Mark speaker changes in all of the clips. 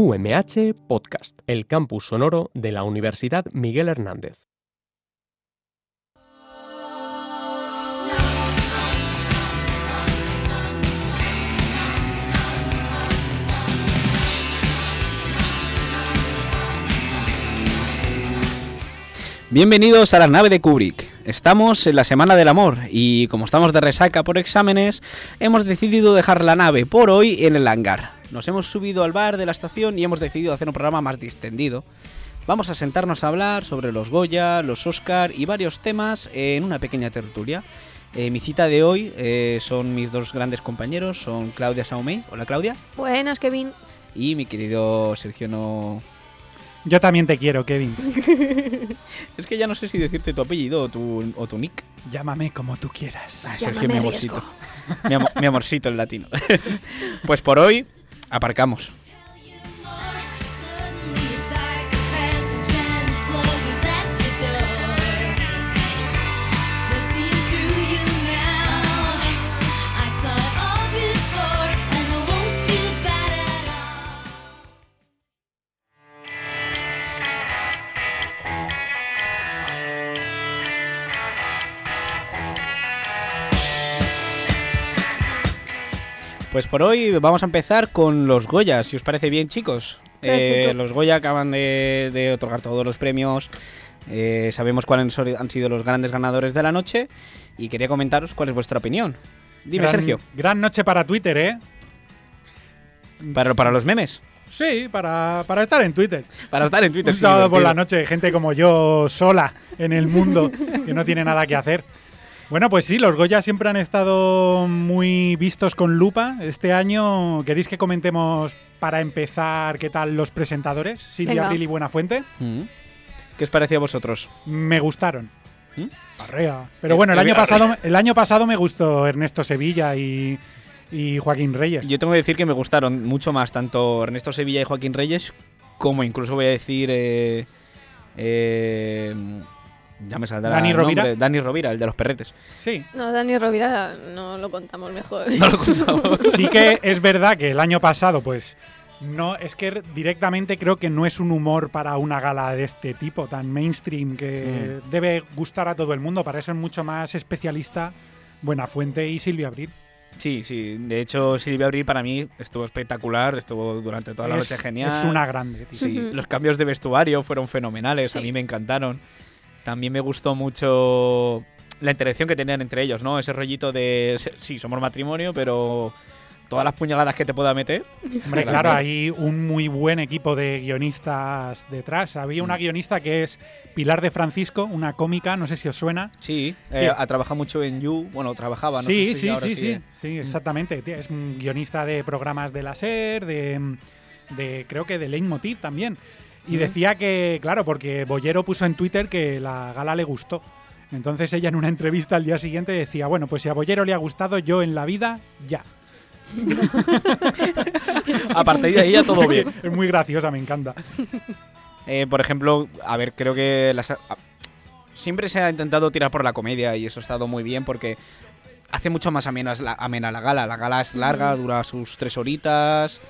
Speaker 1: UMH Podcast, el campus sonoro de la Universidad Miguel Hernández.
Speaker 2: Bienvenidos a la nave de Kubrick. Estamos en la Semana del Amor y como estamos de resaca por exámenes, hemos decidido dejar la nave por hoy en el hangar. Nos hemos subido al bar de la estación y hemos decidido hacer un programa más distendido. Vamos a sentarnos a hablar sobre los Goya, los Oscar y varios temas en una pequeña tertulia. Eh, mi cita de hoy eh, son mis dos grandes compañeros, son Claudia Saumey. Hola Claudia.
Speaker 3: Buenas, Kevin.
Speaker 2: Y mi querido Sergio No...
Speaker 4: Yo también te quiero, Kevin.
Speaker 2: Es que ya no sé si decirte tu apellido o tu, o tu nick.
Speaker 4: Llámame como tú quieras.
Speaker 2: Ah,
Speaker 3: Llámame
Speaker 2: Sergio, mi
Speaker 3: riesgo.
Speaker 2: amorcito. Mi, amo- mi amorcito en latino. pues por hoy, aparcamos. Pues por hoy vamos a empezar con los Goya, si os parece bien, chicos. Eh,
Speaker 3: Perfecto.
Speaker 2: los Goya acaban de, de otorgar todos los premios. Eh, sabemos cuáles son- han sido los grandes ganadores de la noche. Y quería comentaros cuál es vuestra opinión. Dime,
Speaker 4: Gran-
Speaker 2: Sergio.
Speaker 4: Gran noche para Twitter, ¿eh?
Speaker 2: Para, para los memes.
Speaker 4: Sí, para, para estar en Twitter.
Speaker 2: Para estar en Twitter.
Speaker 4: Un
Speaker 2: sí,
Speaker 4: sábado por
Speaker 2: divertido.
Speaker 4: la noche, gente como yo sola en el mundo que no tiene nada que hacer. Bueno, pues sí, los Goya siempre han estado muy vistos con lupa. Este año, ¿queréis que comentemos para empezar qué tal los presentadores? Silvia
Speaker 3: Venga.
Speaker 4: Abril y Buenafuente.
Speaker 2: Mm. ¿Qué os pareció a vosotros?
Speaker 4: Me gustaron.
Speaker 2: ¿Mm? Eh,
Speaker 4: Arrea. Pero bueno, el año
Speaker 2: Arrea.
Speaker 4: pasado, el año pasado me gustó Ernesto Sevilla y, y Joaquín Reyes.
Speaker 2: Yo tengo que decir que me gustaron mucho más tanto Ernesto Sevilla y Joaquín Reyes, como incluso voy a decir. eh, eh, ya me saldrá
Speaker 4: ¿Dani
Speaker 2: el nombre,
Speaker 4: Rovira?
Speaker 2: Dani Rovira, el de los perretes.
Speaker 4: Sí.
Speaker 3: No, Dani Rovira no lo contamos mejor.
Speaker 2: No lo contamos.
Speaker 4: Sí que es verdad que el año pasado, pues. No, es que directamente creo que no es un humor para una gala de este tipo, tan mainstream, que debe gustar a todo el mundo. Para eso es mucho más especialista Buenafuente y Silvia Abril.
Speaker 2: Sí, sí. De hecho, Silvia Abril para mí estuvo espectacular, estuvo durante toda la
Speaker 4: es,
Speaker 2: noche genial.
Speaker 4: es una grande, tío.
Speaker 2: Sí,
Speaker 3: Ujú.
Speaker 2: los cambios de vestuario fueron fenomenales, a
Speaker 3: Sí.
Speaker 2: mí me encantaron. También me gustó mucho la interacción que tenían entre ellos, ¿no? Ese rollito de, se- sí, somos matrimonio, pero todas las puñaladas que te pueda meter.
Speaker 4: Hombre,
Speaker 2: Grande.
Speaker 4: claro, hay un muy buen equipo de guionistas detrás. Había una
Speaker 2: Mm.
Speaker 4: guionista que es Pilar de Francisco, una cómica, no sé si os suena.
Speaker 2: Sí,
Speaker 4: Sí.
Speaker 2: eh, ha trabajado mucho en You, Ah, bueno, trabajaba, no
Speaker 4: sí,
Speaker 2: sé si
Speaker 4: sí,
Speaker 2: ahora eh. Mm.
Speaker 4: sí, sí,
Speaker 2: sigue.
Speaker 4: sí, exactamente. Tía, Es un guionista de programas de la SER, de, de- creo que de Leitmotiv también. Y
Speaker 2: Mm.
Speaker 4: decía que, claro, porque Bollero puso en Twitter que la gala le gustó. Entonces ella en una entrevista al día siguiente decía, bueno, pues si a Bollero le ha gustado, yo en la vida, ya.
Speaker 2: A partir de ahí ya todo bien.
Speaker 4: es muy graciosa, me encanta.
Speaker 2: Eh, por ejemplo, a ver, creo que las- a- siempre se ha intentado tirar por la comedia y eso ha estado muy bien porque hace mucho más amena la, amena la gala. La gala es larga, dura sus tres horitas.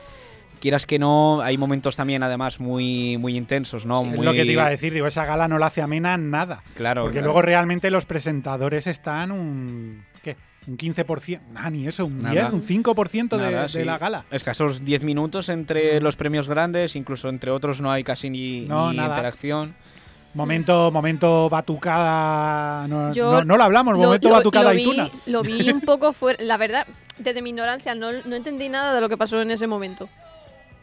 Speaker 2: Quieras que no, hay momentos también además muy, muy intensos, ¿no?
Speaker 4: Sí, es
Speaker 2: Muy-
Speaker 4: lo que te iba a decir, digo, esa gala no la hace amena nada.
Speaker 2: Claro.
Speaker 4: Porque
Speaker 2: claro.
Speaker 4: luego realmente los presentadores están un. ¿Qué? Un 15%. Ah, ni eso, un
Speaker 2: Nada.
Speaker 4: 10, un 5% de,
Speaker 2: Nada,
Speaker 4: de
Speaker 2: sí.
Speaker 4: la gala.
Speaker 2: Escasos 10 minutos entre los premios grandes, incluso entre otros Mm. no hay casi ni,
Speaker 4: No,
Speaker 2: ni
Speaker 4: nada.
Speaker 2: interacción.
Speaker 4: Momento, momento batucada. No,
Speaker 3: Mm. Yo
Speaker 4: no, no lo hablamos,
Speaker 3: Lo,
Speaker 4: momento
Speaker 3: lo-
Speaker 4: batucada
Speaker 3: lo
Speaker 4: y
Speaker 3: vi, lo vi un poco fuera. La verdad, desde mi ignorancia, no, no entendí nada de lo que pasó en ese momento.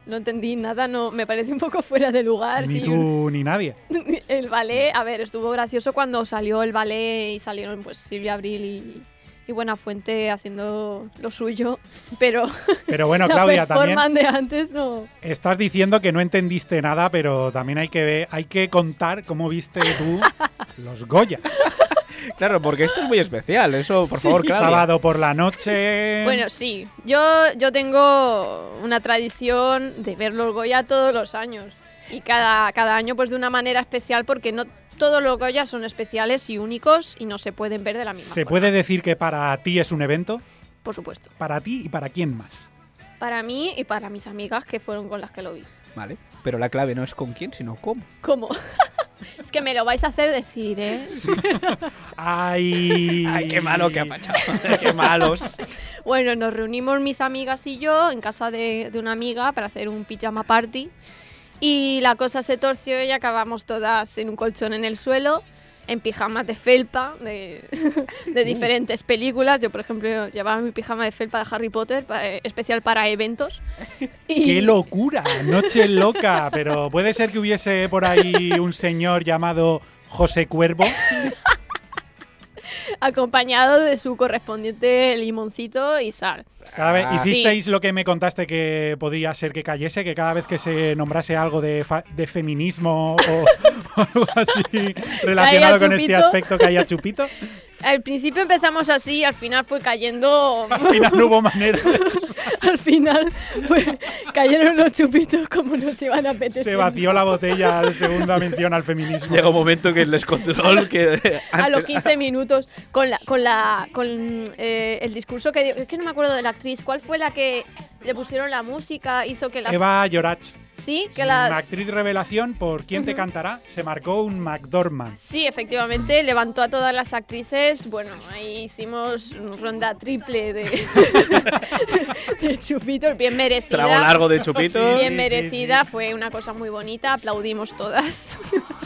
Speaker 3: No entendí nada, no me parece un poco fuera de lugar.
Speaker 4: Ni
Speaker 3: sí.
Speaker 4: tú ni nadie.
Speaker 3: El ballet, a ver, estuvo gracioso cuando salió el ballet y salieron pues Silvia Abril y, y Buenafuente haciendo lo suyo, pero
Speaker 4: Pero bueno,
Speaker 3: la
Speaker 4: Claudia, también
Speaker 3: performance de antes no.
Speaker 4: estás diciendo que no entendiste nada, pero también hay que, ver- hay que contar cómo viste tú los Goya.
Speaker 2: Claro, porque esto es muy especial, eso, por favor, claro.
Speaker 4: Sábado por la noche.
Speaker 3: Bueno, sí, yo, yo tengo una tradición de ver los Goya todos los años y cada, cada año pues de una manera especial porque no todos los Goya son especiales y únicos y no se pueden ver de la misma
Speaker 4: ¿Se
Speaker 3: forma,
Speaker 4: puede decir que para ti es un evento?
Speaker 3: por supuesto.
Speaker 4: ¿Para ti y para quién más?
Speaker 3: Para mí y para mis amigas que fueron con las que lo vi.
Speaker 2: Vale. Pero la clave no es con quién, sino cómo.
Speaker 3: ¿Cómo? es que me lo vais a hacer decir, ¿eh?
Speaker 4: ¡Ay!
Speaker 2: Ay, qué malo que ha pachado. qué malos.
Speaker 3: Bueno, nos reunimos mis amigas y yo en casa de, de una amiga para hacer un pijama party. Y la cosa se torció y acabamos todas en un colchón en el suelo, en pijamas de felpa de, de diferentes películas. Yo, por ejemplo, llevaba mi pijama de felpa de Harry Potter, pa- eh, especial para eventos. Y-
Speaker 4: ¡Qué locura! Noche loca. Pero puede ser que hubiese por ahí un señor llamado José Cuervo.
Speaker 3: Acompañado de su correspondiente limoncito y sal.
Speaker 4: Cada vez,
Speaker 2: Ah.
Speaker 4: hicisteis lo que me contaste que podría ser que cayese, que cada vez que se nombrase algo de, fa- de feminismo o, o algo así relacionado con este
Speaker 3: chupito.
Speaker 4: aspecto que haya chupito,
Speaker 3: Al principio empezamos así, al final fue cayendo.
Speaker 4: al final no hubo manera.
Speaker 3: al final fue- cayeron los chupitos como nos iban a apetecer.
Speaker 4: Se vació la botella al segunda mención al feminismo.
Speaker 2: Llega un momento que el descontrol que
Speaker 3: a los
Speaker 2: antes-
Speaker 3: 15 minutos con la con la con eh, el discurso que dio- es que no me acuerdo de la actriz cuál fue la que le pusieron la música hizo que las
Speaker 4: Eva Llorach,
Speaker 3: sí que
Speaker 4: una
Speaker 3: las
Speaker 4: actriz revelación por ¿Quién te cantará? Se marcó un McDormand.
Speaker 3: sí efectivamente levantó a todas las actrices bueno ahí hicimos ronda triple de, de chupitos bien merecida
Speaker 2: trago largo de chupito.
Speaker 4: Sí, sí,
Speaker 3: bien
Speaker 4: sí,
Speaker 3: merecida,
Speaker 4: sí.
Speaker 3: fue una cosa muy bonita, aplaudimos todas.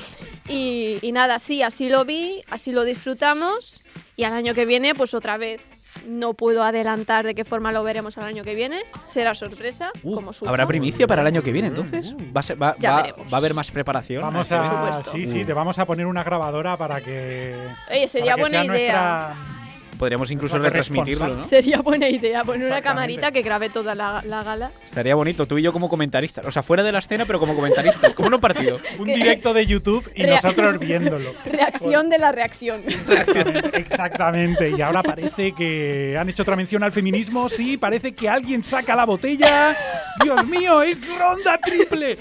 Speaker 3: y, y nada, sí, así lo vi, así lo disfrutamos y al año que viene, pues otra vez. No puedo adelantar de qué forma lo veremos al año que viene, será sorpresa,
Speaker 2: Uh,
Speaker 3: como supo.
Speaker 2: Habrá primicia para el año que viene, entonces. Va a, ser- va,
Speaker 3: Ya
Speaker 2: va-
Speaker 3: veremos.
Speaker 2: va a haber más preparación.
Speaker 4: Vamos
Speaker 3: Por
Speaker 4: a,
Speaker 3: supuesto. Mm.
Speaker 4: sí, sí, te vamos a poner una grabadora para que,
Speaker 3: Oye, sería
Speaker 4: para que
Speaker 3: buena idea.
Speaker 4: sea nuestra
Speaker 2: Podríamos incluso
Speaker 4: Nuestro
Speaker 2: retransmitirlo, ¿no?
Speaker 3: Sería buena idea poner una
Speaker 4: Exactamente.
Speaker 3: camarita que grabe toda la, la gala.
Speaker 2: Estaría bonito, tú y yo como comentaristas. O sea, fuera de la escena, pero como comentaristas. Como en un partido.
Speaker 4: un directo de YouTube y
Speaker 3: Rea-
Speaker 4: nosotros viéndolo.
Speaker 3: Reacción de la reacción.
Speaker 4: Exactamente, exactamente. Y ahora parece que han hecho otra mención al feminismo. Sí, parece que alguien saca la botella. Dios mío, es ronda triple.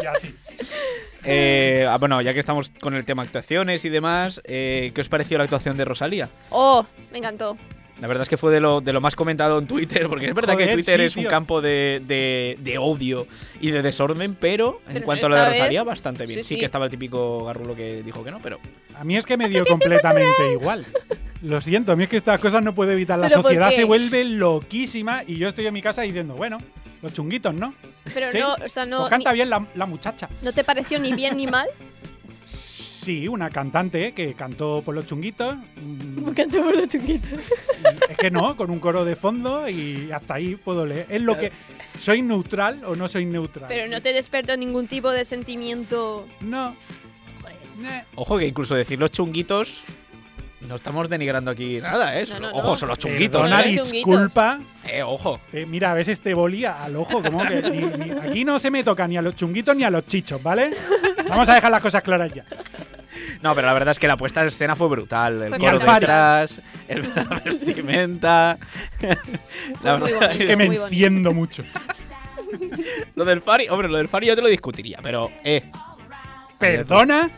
Speaker 4: Y así.
Speaker 2: Eh, ah, bueno, ya que estamos con el tema actuaciones y demás, eh, ¿qué os pareció la actuación de Rosalía?
Speaker 3: Oh, me encantó.
Speaker 2: La verdad es que fue de lo, de lo más comentado en Twitter, porque es verdad
Speaker 4: Joder,
Speaker 2: que Twitter
Speaker 4: sí,
Speaker 2: es un
Speaker 4: tío.
Speaker 2: campo de, de- de odio y de desorden, pero en
Speaker 3: Pero
Speaker 2: cuanto a lo de
Speaker 3: esta vez-
Speaker 2: Rosalía, bastante bien.
Speaker 3: sí,
Speaker 2: Sí,
Speaker 3: sí.
Speaker 2: que estaba el típico garrulo que dijo que no, pero
Speaker 4: A mí es que me dio completamente igual. Lo siento, a mí es que estas cosas no puedo evitar. La
Speaker 3: ¿Pero por
Speaker 4: sociedad
Speaker 3: qué?
Speaker 4: se vuelve loquísima y yo estoy en mi casa diciendo, bueno, los chunguitos, ¿no?
Speaker 3: Pero
Speaker 4: Sí.
Speaker 3: no, o sea, no,
Speaker 4: Pues canta
Speaker 3: ni-
Speaker 4: bien la, la muchacha.
Speaker 3: no te pareció ni bien ni mal.
Speaker 4: Sí, una cantante que cantó por los chunguitos. mm,
Speaker 3: cantó por los chiquitos.
Speaker 4: Y Es que no, con un coro de fondo y hasta ahí puedo leer. Es lo que. ¿Soy neutral o no soy neutral?
Speaker 3: Pero no te despertó ningún tipo de sentimiento.
Speaker 4: No.
Speaker 3: Joder.
Speaker 4: ne.
Speaker 2: ojo que incluso decir los chunguitos, no estamos denigrando aquí nada, ¿eh?
Speaker 3: No, no,
Speaker 2: ojo,
Speaker 3: no.
Speaker 2: son los chunguitos,
Speaker 4: Perdona,
Speaker 3: Son
Speaker 2: ¿eh?
Speaker 3: los chunguitos.
Speaker 4: disculpa.
Speaker 2: Eh, ojo.
Speaker 4: Eh, mira, a veces te volía al ojo. Como que ni- ni- aquí no se me toca ni a los chunguitos ni a los chichos, ¿vale? Vamos a dejar las cosas claras ya.
Speaker 2: No, pero la verdad es que la puesta en escena fue brutal. El
Speaker 3: Fue
Speaker 2: coro
Speaker 4: brutal.
Speaker 2: detrás, el, la vestimenta.
Speaker 3: Fue muy bonito,
Speaker 4: Es que me
Speaker 3: muy bonito.
Speaker 4: enciendo mucho.
Speaker 2: Lo del Fari, hombre, lo del Fari yo te lo discutiría, pero eh.
Speaker 4: Perdona,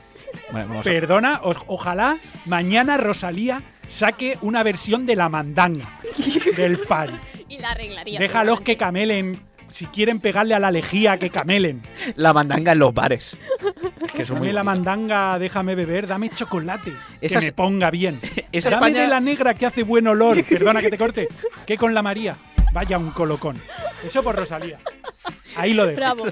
Speaker 2: Bueno, vamos a-
Speaker 4: perdona. o- ojalá mañana Rosalía saque una versión de la mandanga del Fari.
Speaker 3: Y la arreglaría.
Speaker 4: Déjalos que
Speaker 3: seguramente.
Speaker 4: camelen. Si quieren pegarle a la lejía, que camelen.
Speaker 2: la mandanga en los bares. Es que es
Speaker 4: Dame
Speaker 2: muy
Speaker 4: la
Speaker 2: bonito.
Speaker 4: mandanga, déjame beber, dame chocolate.
Speaker 2: Esas-
Speaker 4: Que me ponga bien.
Speaker 2: Esa
Speaker 4: dame
Speaker 2: España-
Speaker 4: de la negra que hace buen olor. Perdona que te corte. ¿Qué con la María? Vaya un colocón. Eso por Rosalía. Ahí lo dejo.
Speaker 3: Bravo.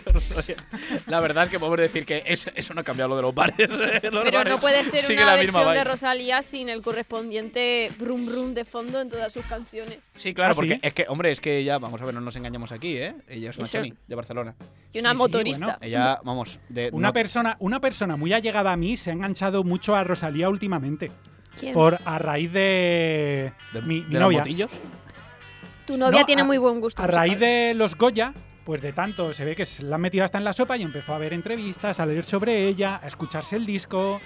Speaker 2: La verdad es que podemos decir que es- eso no ha cambiado lo de los bares. Los
Speaker 3: Pero
Speaker 2: bares
Speaker 3: no puede ser
Speaker 2: sigue
Speaker 3: una
Speaker 2: la misma
Speaker 3: versión de
Speaker 2: vaina.
Speaker 3: Rosalía sin el correspondiente brum brum de fondo en todas sus canciones.
Speaker 2: Sí, claro,
Speaker 4: ¿Ah, sí?
Speaker 2: porque es que, hombre, es que ya, vamos a ver, no nos engañamos aquí, ¿eh? Ella es una
Speaker 3: Eso-
Speaker 2: Choni de Barcelona.
Speaker 3: Y una
Speaker 4: Sí, sí,
Speaker 3: motorista.
Speaker 2: Ella, vamos, de.
Speaker 4: Una
Speaker 2: no-
Speaker 4: persona, una persona muy allegada a mí se ha enganchado mucho a Rosalía últimamente.
Speaker 3: ¿Quién?
Speaker 4: Por a raíz de,
Speaker 2: de,
Speaker 4: mi, mi
Speaker 2: de los
Speaker 4: novia.
Speaker 2: motillos.
Speaker 3: Tu novia
Speaker 4: No,
Speaker 3: tiene
Speaker 4: a-
Speaker 3: muy buen gusto.
Speaker 4: A raíz de los Goya, pues de tanto se ve que se la han metido hasta en la sopa y empezó a ver entrevistas, a leer sobre ella, a escucharse el disco.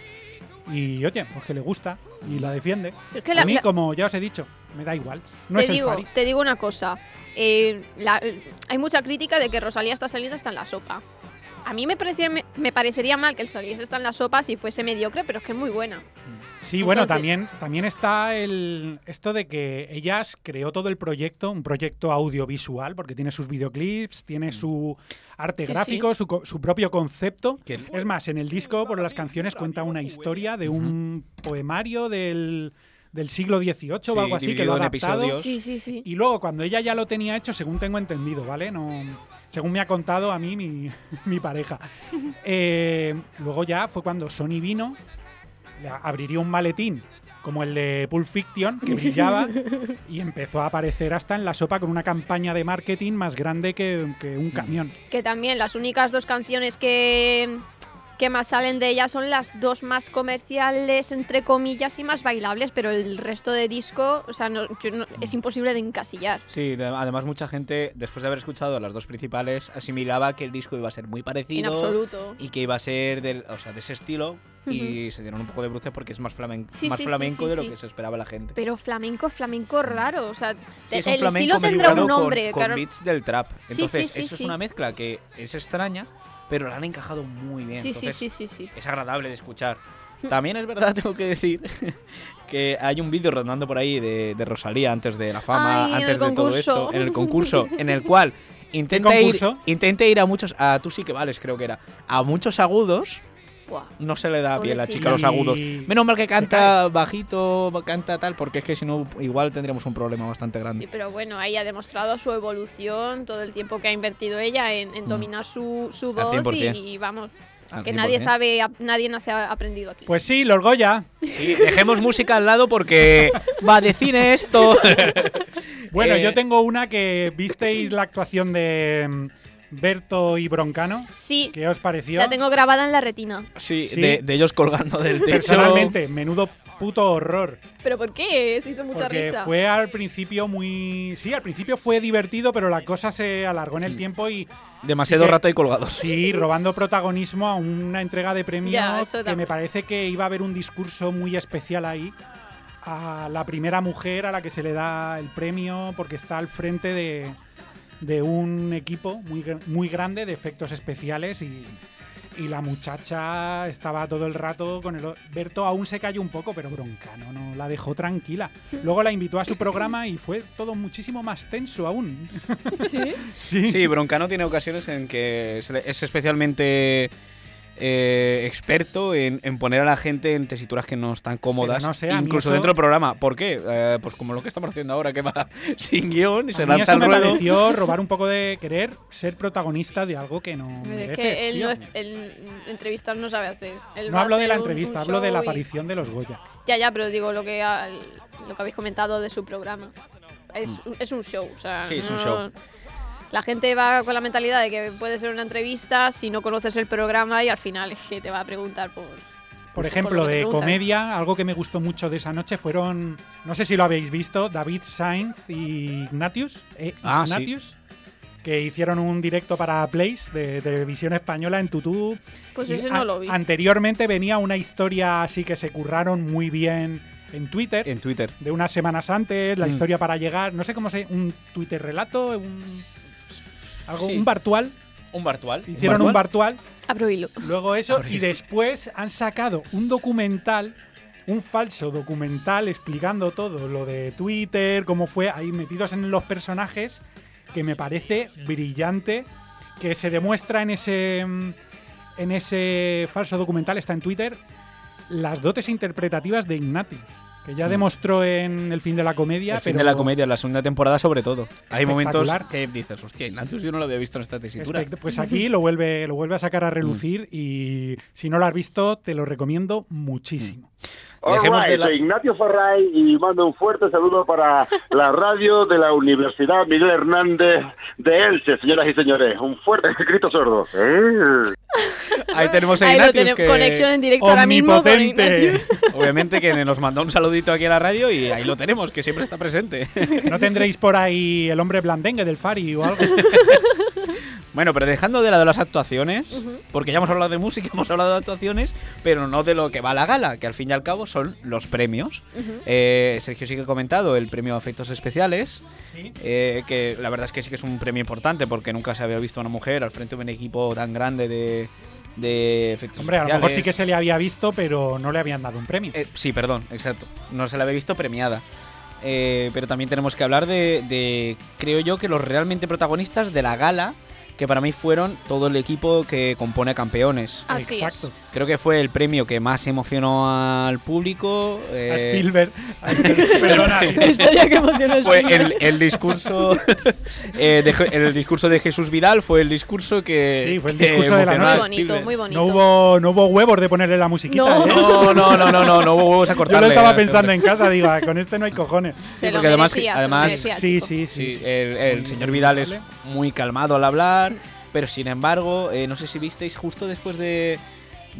Speaker 4: Y oye, pues que le gusta y la defiende.
Speaker 3: Es que la-
Speaker 4: a mí,
Speaker 3: la-
Speaker 4: como ya os he dicho, me da igual. No
Speaker 3: te,
Speaker 4: es
Speaker 3: digo,
Speaker 4: el Fari.
Speaker 3: te digo una cosa. Eh, la- hay mucha crítica de que Rosalía está saliendo hasta en la sopa. A mí me, parecía- me, me parecería mal que el saliese hasta en la sopa si fuese mediocre, pero es que es muy buena.
Speaker 4: Sí, bueno,
Speaker 3: Entonces-
Speaker 4: también, también está el esto de que ellas creó todo el proyecto, un proyecto audiovisual, porque tiene sus videoclips,
Speaker 2: Mm.
Speaker 4: tiene su arte
Speaker 3: Sí, sí.
Speaker 4: gráfico, Su, co- su propio concepto.
Speaker 2: Que-
Speaker 4: Es más, en el disco, por las canciones, cuenta una historia de un poemario del, del siglo XVIII
Speaker 2: Sí,
Speaker 4: o algo así, que
Speaker 2: dividido
Speaker 4: lo ha
Speaker 2: en
Speaker 4: adaptado.
Speaker 2: episodios.
Speaker 3: Sí, sí, sí.
Speaker 4: Y luego, cuando ella ya lo tenía hecho, según tengo entendido, ¿vale? No, según me ha contado a mí mi, mi pareja. Eh, luego ya fue cuando Sony vino, le abriría un maletín como el de Pulp Fiction, que brillaba, y empezó a aparecer hasta en la sopa con una campaña de marketing más grande que, que un camión.
Speaker 3: Que también las únicas dos canciones que, que más salen de ella son las dos más comerciales, entre comillas, y más bailables, pero el resto de disco, o sea, no- yo no- es imposible de encasillar.
Speaker 2: Sí, de- además mucha gente, después de haber escuchado las dos principales, asimilaba que el disco iba a ser muy
Speaker 3: En
Speaker 2: parecido
Speaker 3: absoluto.
Speaker 2: y que iba a ser del, o sea, de ese estilo y se dieron un poco de bruces porque es más, flamen-
Speaker 3: Sí,
Speaker 2: más
Speaker 3: sí, sí,
Speaker 2: flamenco
Speaker 3: sí,
Speaker 2: de lo
Speaker 3: sí.
Speaker 2: que se esperaba la gente.
Speaker 3: Pero flamenco, flamenco raro, o sea,
Speaker 2: Sí, es un
Speaker 3: el
Speaker 2: flamenco
Speaker 3: estilo tendrá un
Speaker 2: mezclado con-
Speaker 3: nombre,
Speaker 2: con,
Speaker 3: claro.
Speaker 2: beats del trap.
Speaker 3: Sí, sí,
Speaker 2: Entonces,
Speaker 3: sí,
Speaker 2: eso
Speaker 3: sí.
Speaker 2: es una mezcla que es extraña, pero la han encajado muy bien.
Speaker 3: Sí, sí,
Speaker 2: Entonces,
Speaker 3: sí, sí, sí. Mm.
Speaker 2: es agradable de escuchar. También es verdad, tengo que decir, que hay un vídeo rondando por ahí de, de Rosalía antes de la fama,
Speaker 3: Ay, en
Speaker 2: antes
Speaker 3: el
Speaker 2: de todo
Speaker 3: concurso.
Speaker 2: esto, en el concurso, en el cual intenta ir,
Speaker 4: concurso?
Speaker 2: intenta ir a muchos, a tú sí que vales, creo que era, a muchos agudos,
Speaker 3: Buah.
Speaker 2: no se le da bien la
Speaker 3: Pobrecita.
Speaker 2: chica a los agudos.
Speaker 4: Y-
Speaker 2: Menos mal que canta bajito, canta tal, porque es que si no, igual tendríamos un problema bastante
Speaker 3: Sí,
Speaker 2: grande.
Speaker 3: pero bueno, ahí ha demostrado su evolución, todo el tiempo que ha invertido ella en, en
Speaker 2: Mm.
Speaker 3: dominar su, su
Speaker 2: Al
Speaker 3: voz
Speaker 2: 100%.
Speaker 3: y, y vamos,
Speaker 2: Al
Speaker 3: que nadie
Speaker 2: 100%.
Speaker 3: sabe, ap- nadie nace a- aprendido aquí.
Speaker 4: Pues sí, los Goya.
Speaker 2: Sí, dejemos música al lado porque va de cine esto.
Speaker 4: Bueno,
Speaker 2: Eh,
Speaker 4: yo tengo una que visteis la actuación de mm, Berto y Broncano.
Speaker 3: sí,
Speaker 4: ¿Qué os pareció?
Speaker 3: la tengo grabada en la retina.
Speaker 2: Sí,
Speaker 4: Sí.
Speaker 2: De, de ellos colgando del techo.
Speaker 4: Personalmente, menudo puto horror.
Speaker 3: ¿Pero por qué? Se hizo mucha
Speaker 4: porque
Speaker 3: risa.
Speaker 4: fue al principio muy. Sí, al principio fue divertido, pero la cosa se alargó en el tiempo y
Speaker 2: Demasiado
Speaker 4: Sí que-
Speaker 2: rato ahí colgados.
Speaker 4: sí, robando protagonismo a una entrega de premios
Speaker 3: Ya, eso
Speaker 4: que me
Speaker 3: también.
Speaker 4: parece que iba a haber un discurso muy especial ahí a la primera mujer a la que se le da el premio porque está al frente de, de un equipo muy, gr- muy grande de efectos especiales y, y la muchacha estaba todo el rato con el... o- Berto aún se cayó un poco, pero broncano, no la dejó tranquila. Luego la invitó a su programa y fue todo muchísimo más tenso aún.
Speaker 3: ¿Sí?
Speaker 2: Sí, Broncano tiene ocasiones en que se le- es especialmente eh, experto en, en poner a la gente en tesituras que no están cómodas,
Speaker 4: Pero no sé, a mí
Speaker 2: incluso
Speaker 4: eso-
Speaker 2: dentro del programa. ¿Por qué? Eh, pues como lo que estamos haciendo ahora, que va sin guión y se
Speaker 4: A mí
Speaker 2: lanza
Speaker 4: eso
Speaker 2: al
Speaker 4: me
Speaker 2: ruedo.
Speaker 4: pareció robar un poco de querer ser protagonista de algo que no
Speaker 3: Es
Speaker 4: mereces,
Speaker 3: que él,
Speaker 4: tío.
Speaker 3: no, es- él entrevistar no sabe hacer. Él
Speaker 4: No
Speaker 3: va a
Speaker 4: hablo de
Speaker 3: hacer
Speaker 4: la
Speaker 3: un-
Speaker 4: entrevista,
Speaker 3: un
Speaker 4: hablo de la
Speaker 3: show y- Pues
Speaker 4: aparición de los Goya.
Speaker 3: Ya, ya, pero digo lo que, al- lo que habéis comentado de su programa. Es,
Speaker 4: Mm.
Speaker 3: un- es un show, o sea,
Speaker 2: Sí, es un
Speaker 3: no-
Speaker 2: show.
Speaker 3: La gente va con la mentalidad de que puede ser una entrevista si no conoces el programa y al final es que te va a preguntar por...
Speaker 4: Por
Speaker 3: Pues
Speaker 4: ejemplo,
Speaker 3: por lo que
Speaker 4: de
Speaker 3: preguntan.
Speaker 4: comedia, algo que me gustó mucho de esa noche fueron, no sé si lo habéis visto, David Sainz y Ignatius, eh,
Speaker 2: Ah, sí.
Speaker 4: Ignatius, que hicieron un directo para Place de televisión española en Tutú.
Speaker 3: Pues
Speaker 4: Y
Speaker 3: ese
Speaker 4: a-
Speaker 3: no lo vi.
Speaker 4: Anteriormente venía una historia así que se curraron muy bien en Twitter.
Speaker 2: En Twitter.
Speaker 4: de unas semanas antes, la
Speaker 2: Mm.
Speaker 4: historia para llegar, no sé cómo se, un Twitter relato, un algo,
Speaker 2: Sí.
Speaker 4: un bartual,
Speaker 2: Un Bartual.
Speaker 4: hicieron un bartual,
Speaker 3: Abro hilo.
Speaker 4: luego eso
Speaker 2: Abre.
Speaker 4: y después han sacado un documental, un falso documental explicando todo lo de Twitter, cómo fue ahí metidos en los personajes que me parece brillante que se demuestra en ese mm, en ese falso documental está en Twitter las dotes interpretativas de Ignatius que ya
Speaker 2: Mm.
Speaker 4: demostró en el fin de la comedia
Speaker 2: El fin
Speaker 4: pero
Speaker 2: de la comedia, la segunda temporada sobre todo. Hay momentos
Speaker 4: Espectacular.
Speaker 2: que dices, hostia, Ignatius yo no lo había visto en esta tesitura.
Speaker 4: espect- pues aquí lo vuelve lo vuelve a sacar a relucir
Speaker 2: Mm.
Speaker 4: y si no lo has visto te lo recomiendo muchísimo
Speaker 2: Dejemos de
Speaker 5: Alright,
Speaker 2: la-
Speaker 5: soy Ignacio Ferray y mando un fuerte saludo para la radio de la Universidad Miguel Hernández de Elche, señoras y señores. Un fuerte grito sordo. Eh.
Speaker 2: Ahí tenemos a
Speaker 3: Ahí lo
Speaker 2: Ignatius
Speaker 3: tenemos,
Speaker 2: que...
Speaker 3: conexión en directo ahora mismo con Ignacio.
Speaker 4: omnipotente
Speaker 2: Obviamente que nos mandó un saludito aquí a la radio y ahí lo tenemos, que siempre está presente.
Speaker 4: no tendréis por ahí el hombre blandengue del Fari o algo
Speaker 2: Bueno, pero dejando de lado las actuaciones, porque ya hemos hablado de música, hemos hablado de actuaciones, pero no de lo que va a la gala, que al fin y al cabo son los premios. Eh, Sergio sí que ha comentado el premio a efectos especiales, eh, que la verdad es que sí que es un premio importante porque nunca se había visto a una mujer al frente de un equipo tan grande de, de efectos
Speaker 4: Hombre, a lo mejor
Speaker 2: especiales.
Speaker 4: sí que se le había visto, pero no le habían dado un premio.
Speaker 2: Eh, sí, perdón, exacto. No se la había visto premiada. Eh, pero también tenemos que hablar de, de, creo yo, que los realmente protagonistas de la gala, que para mí fueron todo el equipo que compone Campeones.
Speaker 3: Así es.
Speaker 4: Exacto.
Speaker 2: Creo que fue el premio que más emocionó al público. eh,
Speaker 4: A Spielberg. A Spielberg, Perdona.
Speaker 3: La historia que emociona es
Speaker 2: fue
Speaker 3: Spielberg.
Speaker 2: el, el discurso eh, de, Je- el discurso de Jesús Vidal fue el discurso que
Speaker 4: Sí, fue el
Speaker 2: que
Speaker 4: discurso de la
Speaker 2: emocionó
Speaker 3: Muy
Speaker 2: a
Speaker 4: noche.
Speaker 3: bonito,
Speaker 2: Spielberg.
Speaker 3: muy bonito.
Speaker 4: No hubo, no hubo huevos de ponerle la musiquita.
Speaker 3: No.
Speaker 4: ¿eh?
Speaker 2: no, no, no, no, no, no hubo huevos a
Speaker 4: Yo
Speaker 2: cortarle. eh,
Speaker 4: lo estaba pensando en casa, digo, "Ah, con este no hay cojones.
Speaker 2: sí,
Speaker 3: Se lo
Speaker 2: porque además-
Speaker 3: merecía,
Speaker 2: además-
Speaker 3: se lo merecía,
Speaker 4: Sí,
Speaker 3: chico.
Speaker 4: sí, sí.
Speaker 2: Sí, eh,
Speaker 4: sí.
Speaker 2: el, el
Speaker 4: Muy
Speaker 2: señor Vidal es
Speaker 4: respetable.
Speaker 2: muy calmado al hablar, pero sin embargo, eh, no sé si visteis justo después de,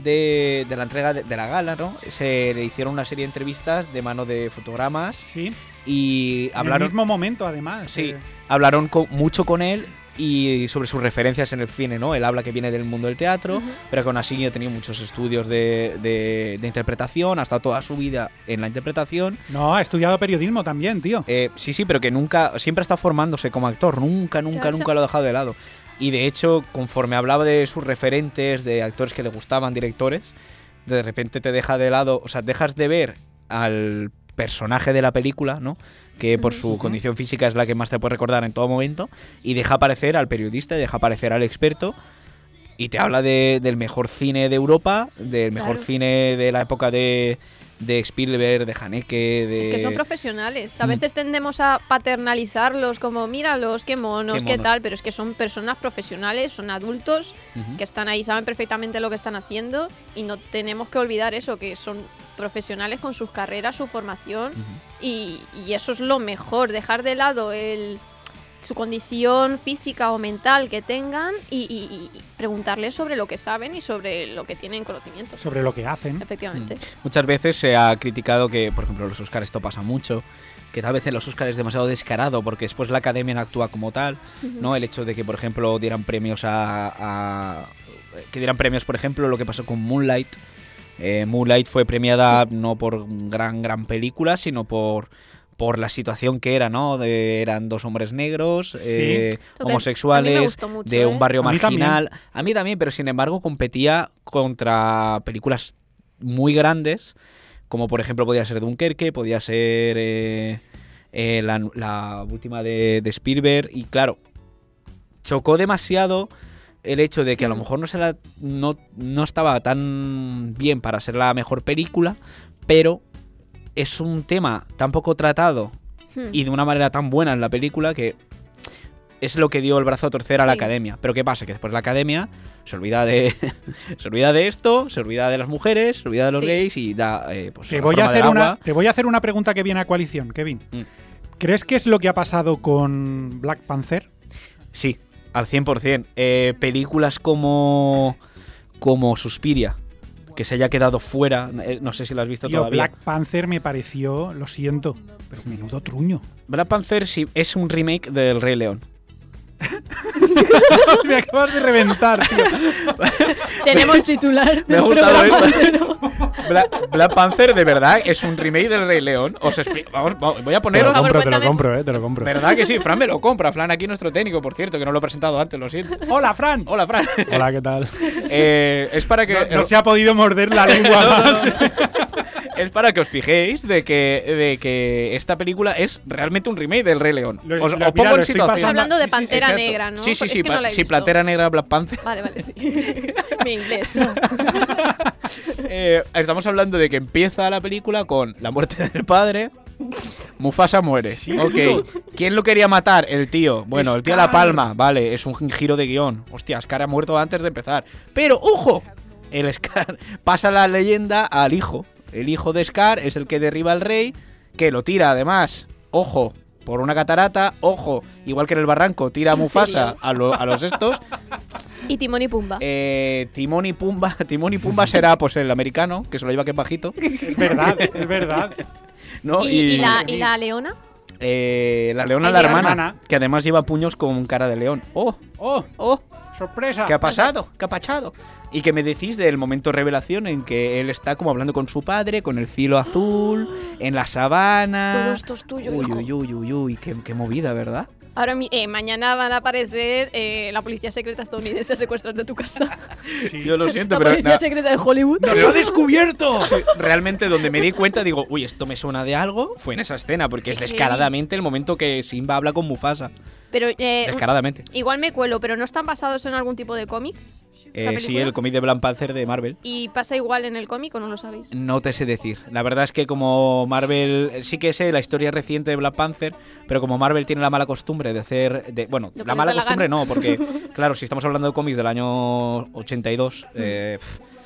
Speaker 2: de, de la entrega de, de la gala, ¿no? Se le hicieron una serie de entrevistas de mano de fotogramas
Speaker 4: Sí,
Speaker 2: y
Speaker 4: en el
Speaker 2: hablaron,
Speaker 4: mismo momento, además.
Speaker 2: sí,
Speaker 4: eh.
Speaker 2: hablaron co- mucho con él y sobre sus referencias en el cine, ¿no? Él habla que viene del mundo del teatro,
Speaker 3: Ujú.
Speaker 2: pero que aún así ha tenido muchos estudios de, de- de interpretación, ha estado toda su vida en la interpretación
Speaker 4: No, ha estudiado periodismo también, tío.
Speaker 2: eh, sí, sí, pero que nunca, siempre ha estado formándose como actor, nunca, nunca,
Speaker 3: Cacha.
Speaker 2: nunca lo ha dejado de lado. Y de hecho, conforme hablaba de sus referentes, de actores que le gustaban, directores, de repente te deja de lado, o sea, dejas de ver al personaje de la película, ¿no? Que por su condición física es la que más te puede recordar en todo momento, y deja aparecer al periodista, y deja aparecer al experto, y te habla de- del mejor cine de Europa, del mejor
Speaker 3: Claro.
Speaker 2: cine de la época de, de Spielberg, de Haneke, de...
Speaker 3: Es que
Speaker 4: Eh,
Speaker 3: son profesionales. A
Speaker 2: Mm.
Speaker 3: veces tendemos a paternalizarlos como, míralos, qué monos,
Speaker 2: Qué
Speaker 3: qué,
Speaker 2: monos".
Speaker 3: tal, pero es que son personas profesionales, son adultos
Speaker 2: Ujú.
Speaker 3: que están ahí, saben perfectamente lo que están haciendo y no tenemos que olvidar eso, que son profesionales con sus carreras, su formación
Speaker 4: Mm.
Speaker 2: Ujú.
Speaker 3: y, y eso es lo mejor, dejar de lado el, su condición física o mental que tengan y, y- y preguntarles sobre lo que saben y sobre lo que tienen conocimientos.
Speaker 4: Sobre lo que hacen.
Speaker 3: Efectivamente.
Speaker 2: Muchas veces se ha criticado que, por ejemplo, en los Oscars esto pasa mucho, que tal vez en los Oscars es demasiado descarado porque después la academia no actúa como tal, ¿no? El hecho de que, por ejemplo, dieran premios a... a- que dieran premios, por ejemplo, lo que pasó con Moonlight. Eh, Moonlight fue premiada no por gran, gran película, sino por por la situación que era, ¿no? De- eran dos hombres negros, eh,
Speaker 3: Total, a mí me
Speaker 2: homosexuales,
Speaker 3: gustó mucho,
Speaker 2: de
Speaker 3: ¿eh?
Speaker 2: un barrio
Speaker 4: A mí también.
Speaker 2: marginal. A mí también, pero sin embargo competía contra películas muy grandes, como por ejemplo podía ser Dunkerque, podía ser eh, eh, la, la última de, de Spielberg, y claro, chocó demasiado el hecho de que a lo
Speaker 3: Mm.
Speaker 2: mejor no, se la- no, no estaba tan bien para ser la mejor película, pero es un tema tan poco tratado
Speaker 3: Mm.
Speaker 2: y de una manera tan buena en la película que es lo que dio el brazo a torcer a la
Speaker 3: Sí.
Speaker 2: academia. Pero ¿qué pasa? Que después la academia se olvida de, se olvida de esto, se olvida de las mujeres, se olvida de los
Speaker 3: Sí.
Speaker 2: gays y da eh, pues,
Speaker 4: Te
Speaker 2: la
Speaker 4: voy, a
Speaker 2: forma del
Speaker 4: hacer una,
Speaker 2: agua.
Speaker 4: te voy a hacer una pregunta que viene a coalición, Kevin.
Speaker 2: Mm.
Speaker 4: ¿Crees que es lo que ha pasado con Black Panther?
Speaker 2: Sí, al 100%. Eh, películas como, como Suspiria, que se haya quedado fuera, eh, no sé si la has visto
Speaker 4: Tío,
Speaker 2: todavía.
Speaker 4: Black Panther me pareció, lo siento, pero menudo truño.
Speaker 2: Black Panther sí, es un remake del Rey León.
Speaker 4: me acabas de reventar, tío.
Speaker 3: Tenemos titular.
Speaker 2: Me ha
Speaker 3: del
Speaker 2: gustado
Speaker 3: programa
Speaker 2: esto.
Speaker 3: entero.
Speaker 2: Black, Black Panther, de verdad, es un remake del Rey León. Os expli- vamos, vamos, voy a
Speaker 6: Te lo
Speaker 2: poneros
Speaker 3: favor,
Speaker 6: compro, te lo
Speaker 3: cuéntame.
Speaker 6: compro, eh, te lo compro.
Speaker 2: ¿Verdad que sí? Fran me lo compra. Fran, aquí nuestro técnico, por cierto, que no lo he presentado antes, lo siento.
Speaker 4: Hola, Fran.
Speaker 2: Hola, Fran.
Speaker 6: Hola, ¿qué tal?
Speaker 2: Eh, es para que.
Speaker 4: No, no se ha podido morder la lengua
Speaker 2: No, no, no.
Speaker 4: más.
Speaker 2: Es para que os fijéis de que, de que esta película es realmente un remake del Rey León.
Speaker 4: Lo-
Speaker 2: Os,
Speaker 4: lo-
Speaker 2: os
Speaker 4: mira,
Speaker 2: pongo
Speaker 4: lo
Speaker 2: en
Speaker 4: estoy
Speaker 2: situación.
Speaker 3: Estás hablando de
Speaker 4: Sí, sí, sí,
Speaker 3: Pantera
Speaker 2: Exacto.
Speaker 3: Negra, ¿no?
Speaker 2: Sí, sí,
Speaker 3: Es
Speaker 2: sí.
Speaker 3: que
Speaker 2: pa-
Speaker 3: no la he
Speaker 2: sí,
Speaker 3: visto.
Speaker 2: Platera Negra, Black Panther.
Speaker 3: Vale, vale, sí. Mi inglés.
Speaker 2: Eh, estamos hablando de que empieza la película con la muerte del padre. Mufasa muere. ok. ¿Quién lo quería matar? El tío. Bueno, el tío La Palma. Vale, es un giro de guión. Hostia, Scar ha muerto antes de empezar. Pero, ojo, el Scar pasa la leyenda al hijo. El hijo de Scar es el que derriba al rey, que lo tira además. Ojo, por una catarata. Ojo, igual que en el barranco, tira a
Speaker 3: ¿En
Speaker 2: Mufasa
Speaker 3: serio?
Speaker 2: a, lo- a los estos.
Speaker 3: Y Timón y Pumba.
Speaker 2: Eh, Timón y Pumba. Timón y Pumba será pues el americano, que se lo lleva que es bajito.
Speaker 4: Es verdad, es verdad.
Speaker 2: ¿no?
Speaker 3: ¿Y, y la, y la leona?
Speaker 2: eh, la leona,
Speaker 3: Ay,
Speaker 2: la
Speaker 3: la
Speaker 2: hermana,
Speaker 4: hermana.
Speaker 2: que además lleva puños con cara de león. ¡Oh!
Speaker 4: ¡Oh,
Speaker 2: ¡Oh!
Speaker 4: sorpresa!
Speaker 2: ¿Qué ha pasado? ¿Qué ha pasado? ¿Y qué me decís del momento revelación en que él está como hablando con su padre, con el cielo azul, en la sabana?
Speaker 3: Todo esto es tuyo,
Speaker 2: Uy,
Speaker 3: hijo.
Speaker 2: uy, uy, uy, uy, qué, qué movida, ¿verdad?
Speaker 3: Ahora mi- eh, mañana van a aparecer eh, la policía secreta estadounidense a secuestrarte tu casa.
Speaker 4: Sí.
Speaker 2: Yo lo siento,
Speaker 3: la
Speaker 2: pero.
Speaker 3: policía
Speaker 2: na-
Speaker 3: secreta de Hollywood.
Speaker 2: ¡Nos ha descubierto! Realmente, donde me di cuenta, digo, uy, esto me suena de algo, fue en esa escena, porque es
Speaker 3: Qué heavy.
Speaker 2: descaradamente el momento que Simba habla con Mufasa.
Speaker 3: Pero eh,
Speaker 2: Descaradamente.
Speaker 3: igual me cuelo, pero no están basados en algún tipo de cómic.
Speaker 2: Eh, sí,
Speaker 3: película?
Speaker 2: el cómic de Black Panther de Marvel.
Speaker 3: Y pasa igual en el cómic o no lo sabéis.
Speaker 2: No te sé decir. La verdad es que como Marvel, sí que sé la historia reciente de Black Panther, pero como Marvel tiene la mala costumbre de hacer... De, bueno,
Speaker 3: Lo que
Speaker 2: la
Speaker 3: les
Speaker 2: mala
Speaker 3: da la
Speaker 2: costumbre
Speaker 3: gana.
Speaker 2: no, porque claro, si estamos hablando de cómics del año 82, eh,
Speaker 3: Mm.
Speaker 2: pf,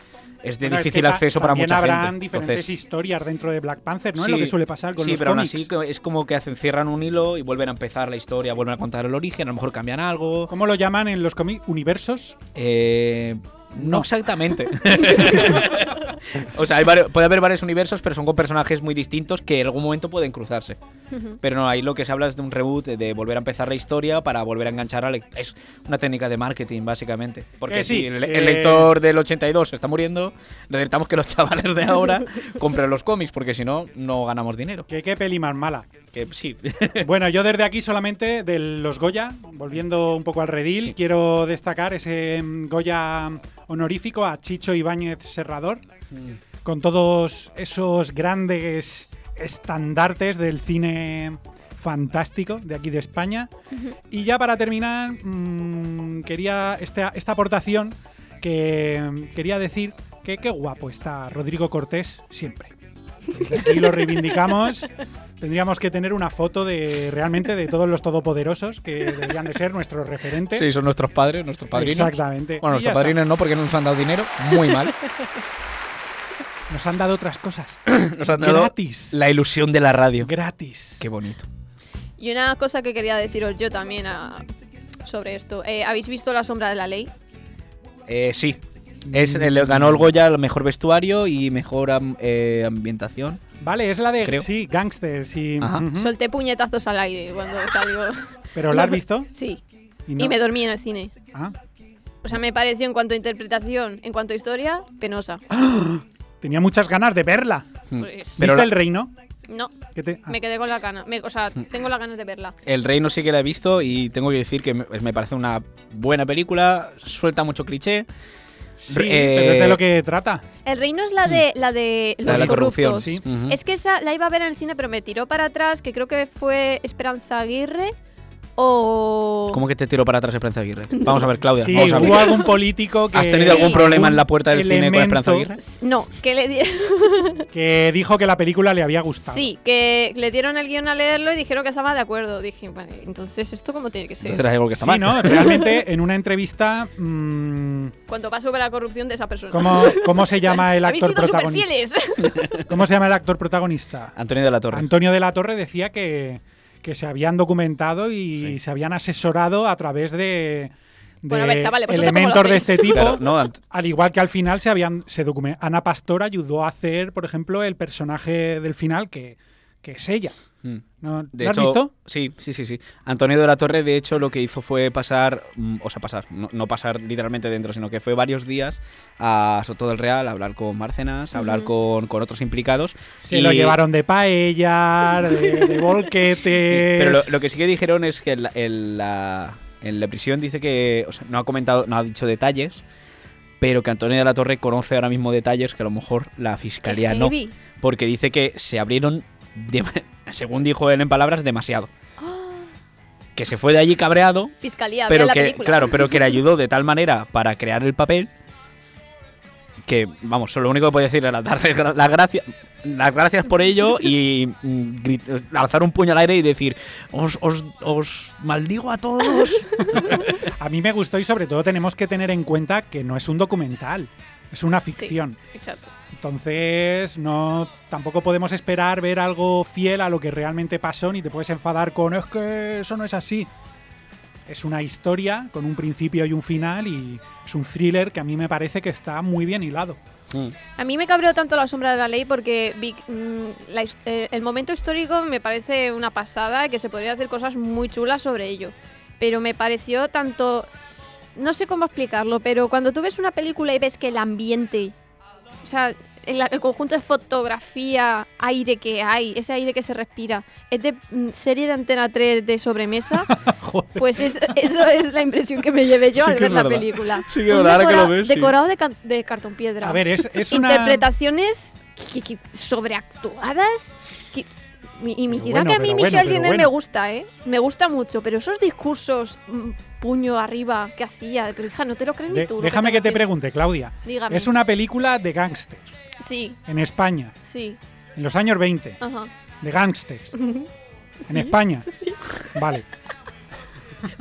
Speaker 2: es de
Speaker 4: Bueno, es que
Speaker 2: difícil
Speaker 4: ta-
Speaker 2: acceso para
Speaker 4: también
Speaker 2: mucha
Speaker 4: habrán
Speaker 2: gente.
Speaker 4: diferentes
Speaker 2: Entonces,
Speaker 4: historias dentro de Black Panther, ¿no?
Speaker 2: sí,
Speaker 4: es lo que suele pasar con
Speaker 2: sí,
Speaker 4: los
Speaker 2: pero aún
Speaker 4: cómics.
Speaker 2: así co- es como que hacen, cierran un hilo y vuelven a empezar la historia, vuelven a contar el origen, a lo mejor cambian algo.
Speaker 4: ¿Cómo lo llaman en los cómics? ¿Universos?
Speaker 2: Eh, no
Speaker 4: No.
Speaker 2: exactamente. o sea, hay varios- puede haber varios universos, pero son con personajes muy distintos que en algún momento pueden cruzarse.
Speaker 3: Ujú.
Speaker 2: Pero no, ahí lo que se habla es de un reboot, de volver a empezar la historia para volver a enganchar al lector. Es una técnica de marketing, básicamente. Porque
Speaker 4: Que sí,
Speaker 2: si el, el
Speaker 4: eh.
Speaker 2: lector del 82 se está muriendo, necesitamos que los chavales de ahora compren los cómics, porque si no, no ganamos dinero.
Speaker 4: Que qué peli más mala.
Speaker 2: Que sí.
Speaker 4: Bueno, yo desde aquí solamente de los Goya, volviendo un poco al redil,
Speaker 2: Sí.
Speaker 4: quiero destacar ese mm, Goya honorífico a Chicho Ibáñez Serrador, con todos esos grandes estandartes del cine fantástico de aquí de España. Y ya para terminar, mm, quería esta, esta aportación que mm, quería decir que qué guapo está Rodrigo Cortés siempre. Desde aquí lo reivindicamos. Tendríamos que tener una foto de realmente de todos los todopoderosos que deberían de ser nuestros referentes.
Speaker 2: Sí, son nuestros padres, nuestros padrinos.
Speaker 4: Exactamente.
Speaker 2: Bueno,
Speaker 4: Y ya
Speaker 2: nuestros padrinos no, porque no nos han dado dinero. Muy mal.
Speaker 4: está. Nos han dado otras cosas.
Speaker 2: Nos han dado
Speaker 4: Gratis.
Speaker 2: la ilusión de la radio.
Speaker 4: Gratis.
Speaker 2: Qué bonito.
Speaker 3: Y una cosa que quería deciros yo también a- sobre esto. Eh, ¿Habéis visto La Sombra de la Ley?
Speaker 2: Eh, sí.
Speaker 4: Mm.
Speaker 2: Es, eh, le ganó el Goya el mejor vestuario y mejor am- eh, ambientación.
Speaker 4: Vale, es la de
Speaker 2: Creo.
Speaker 4: sí, gangsters y
Speaker 2: Ajá.
Speaker 4: ujú.
Speaker 3: Solté puñetazos al aire cuando salió.
Speaker 4: Pero la has visto
Speaker 3: Sí.
Speaker 4: y no.
Speaker 3: Y me dormí en el cine.
Speaker 4: Ah,
Speaker 3: O sea, me pareció en cuanto a interpretación, en cuanto a historia, penosa.
Speaker 2: Ah.
Speaker 4: tenía muchas ganas de verla.
Speaker 3: Pues,
Speaker 2: Mm. Pero
Speaker 4: ¿Viste
Speaker 2: la-
Speaker 4: el reino?
Speaker 3: no,
Speaker 4: ¿Qué te- ah,
Speaker 3: me quedé con la gana. me- o sea,
Speaker 2: Mm.
Speaker 3: tengo las ganas de verla.
Speaker 2: El Reino sí que la he visto y tengo que decir que me, me parece una buena película. Suelta mucho cliché.
Speaker 4: ah, sí, pero
Speaker 2: Eh,
Speaker 4: es de lo que trata.
Speaker 3: El reino es la de la de los
Speaker 2: Mm. La de la
Speaker 3: corruptos.
Speaker 2: corrupción.
Speaker 4: sí.
Speaker 2: Ujú.
Speaker 3: Es que esa la iba a ver en el cine, pero me tiró para atrás, que creo que fue Esperanza Aguirre o
Speaker 2: ¿Cómo que te tiró para atrás Esperanza Aguirre? Vamos a ver, Claudia.
Speaker 4: Sí,
Speaker 2: vamos a ver.
Speaker 4: hubo algún político que,
Speaker 2: ¿Has tenido algún
Speaker 3: Sí.
Speaker 2: problema en la
Speaker 4: algún
Speaker 2: puerta del cine con Esperanza
Speaker 4: elemento
Speaker 2: Aguirre?
Speaker 3: no, que le di-
Speaker 4: que dijo que la película le había gustado.
Speaker 3: Sí, que le dieron el guión a leerlo y dijeron que estaba de acuerdo. Dije, vale, entonces esto cómo tiene que ser.
Speaker 2: Entonces hay algo que está
Speaker 4: Sí,
Speaker 2: mal.
Speaker 4: ¿no? Realmente, en una entrevista, mm,
Speaker 3: Cuando va sobre la corrupción de esa persona.
Speaker 4: ¿cómo, cómo se llama el
Speaker 3: Habéis sido
Speaker 4: actor
Speaker 3: súper
Speaker 4: protagonista?
Speaker 3: fieles.
Speaker 4: ¿Cómo se llama el actor protagonista?
Speaker 2: Antonio de la Torre.
Speaker 4: Antonio de la Torre decía que, que se habían documentado y
Speaker 2: Sí.
Speaker 4: se habían asesorado a través de, de
Speaker 3: Bueno, a ver, chavales, vosotros cómo lo
Speaker 4: elementos de
Speaker 3: hacéis.
Speaker 4: este tipo.
Speaker 2: Claro, no, Ant-
Speaker 4: Al igual que al final se habían se documen- Ana Pastor ayudó a hacer, por ejemplo, el personaje del final que, que es ella.
Speaker 2: Mm.
Speaker 4: ¿No, ¿Lo
Speaker 2: De
Speaker 4: has
Speaker 2: hecho,
Speaker 4: visto?
Speaker 2: Sí, sí, sí, sí. Antonio de la Torre, de hecho, lo que hizo fue pasar, mm, o sea, pasar, no, no pasar literalmente dentro, sino que fue varios días a Soto del Real a hablar con Márcenas, a hablar con, con otros implicados.
Speaker 4: Se
Speaker 2: y-
Speaker 4: lo llevaron de paella, de, de
Speaker 2: y-
Speaker 4: bolquetes.
Speaker 2: Pero lo, lo que sí que dijeron es que en la, en la- en la prisión dice que, o sea, no ha comentado, no ha dicho detalles, pero que Antonio de la Torre conoce ahora mismo detalles que a lo mejor la fiscalía
Speaker 3: Qué
Speaker 2: no,
Speaker 3: heavy.
Speaker 2: porque dice que se abrieron, de- según dijo él en palabras, demasiado. Que se fue de allí cabreado
Speaker 3: Ah, Fiscalía,
Speaker 2: pero
Speaker 3: vean la
Speaker 2: que,
Speaker 3: película.
Speaker 2: claro, pero que le ayudó de tal manera para crear el papel que, vamos, solo lo único que podía decir era darle gra- las gracias. Las gracias por ello y mm, grit- alzar un puño al aire y decir os, os, os maldigo a todos.
Speaker 4: A mí me gustó y sobre todo tenemos que tener en cuenta que no es un documental, es una ficción.
Speaker 3: Exacto.
Speaker 4: Entonces, no tampoco podemos esperar ver algo fiel a lo que realmente pasó ni te puedes enfadar con es que eso no es así. Es una historia con un principio y un final y es un thriller que a mí me parece que está muy bien hilado.
Speaker 3: A mí me cabreó tanto la sombra de la ley porque vi- mm, la his- eh, el momento histórico me parece una pasada y que se podría hacer cosas muy chulas sobre ello. Pero me pareció tanto... No sé cómo explicarlo, pero cuando tú ves una película y ves que el ambiente o sea, el, el conjunto de fotografía, aire que hay, ese aire que se respira, es de mm, serie de Antena 3 de sobremesa,
Speaker 4: Joder.
Speaker 3: pues es- eso es la impresión que me llevé yo
Speaker 2: Sí
Speaker 3: al
Speaker 2: que
Speaker 3: ver
Speaker 2: es
Speaker 3: la
Speaker 2: verdad.
Speaker 3: película.
Speaker 2: Sí que es
Speaker 3: Un
Speaker 2: verdad, ahora que lo
Speaker 3: decora-
Speaker 2: ves, sí.
Speaker 3: Decorado de, can- de cartón piedra.
Speaker 4: A ver, es, es una.
Speaker 3: Interpretaciones que- que- sobreactuadas. que- mi- y mira
Speaker 4: bueno,
Speaker 3: que a mí
Speaker 4: pero bueno,
Speaker 3: Michelle
Speaker 4: pero
Speaker 3: Jenner
Speaker 4: bueno.
Speaker 3: me gusta, ¿eh? Me gusta mucho, pero esos discursos mm, puño arriba que hacía, pero hija, no te lo crees
Speaker 4: De-
Speaker 3: ni tú. lo
Speaker 4: déjame que te
Speaker 3: estás
Speaker 4: pregunte, Claudia.
Speaker 3: haciendo. Dígame.
Speaker 4: Es una película de gángsters
Speaker 3: Sí,
Speaker 4: en España,
Speaker 3: sí,
Speaker 4: en los años 20.
Speaker 3: ajá.
Speaker 4: De gángsters en España. Vale.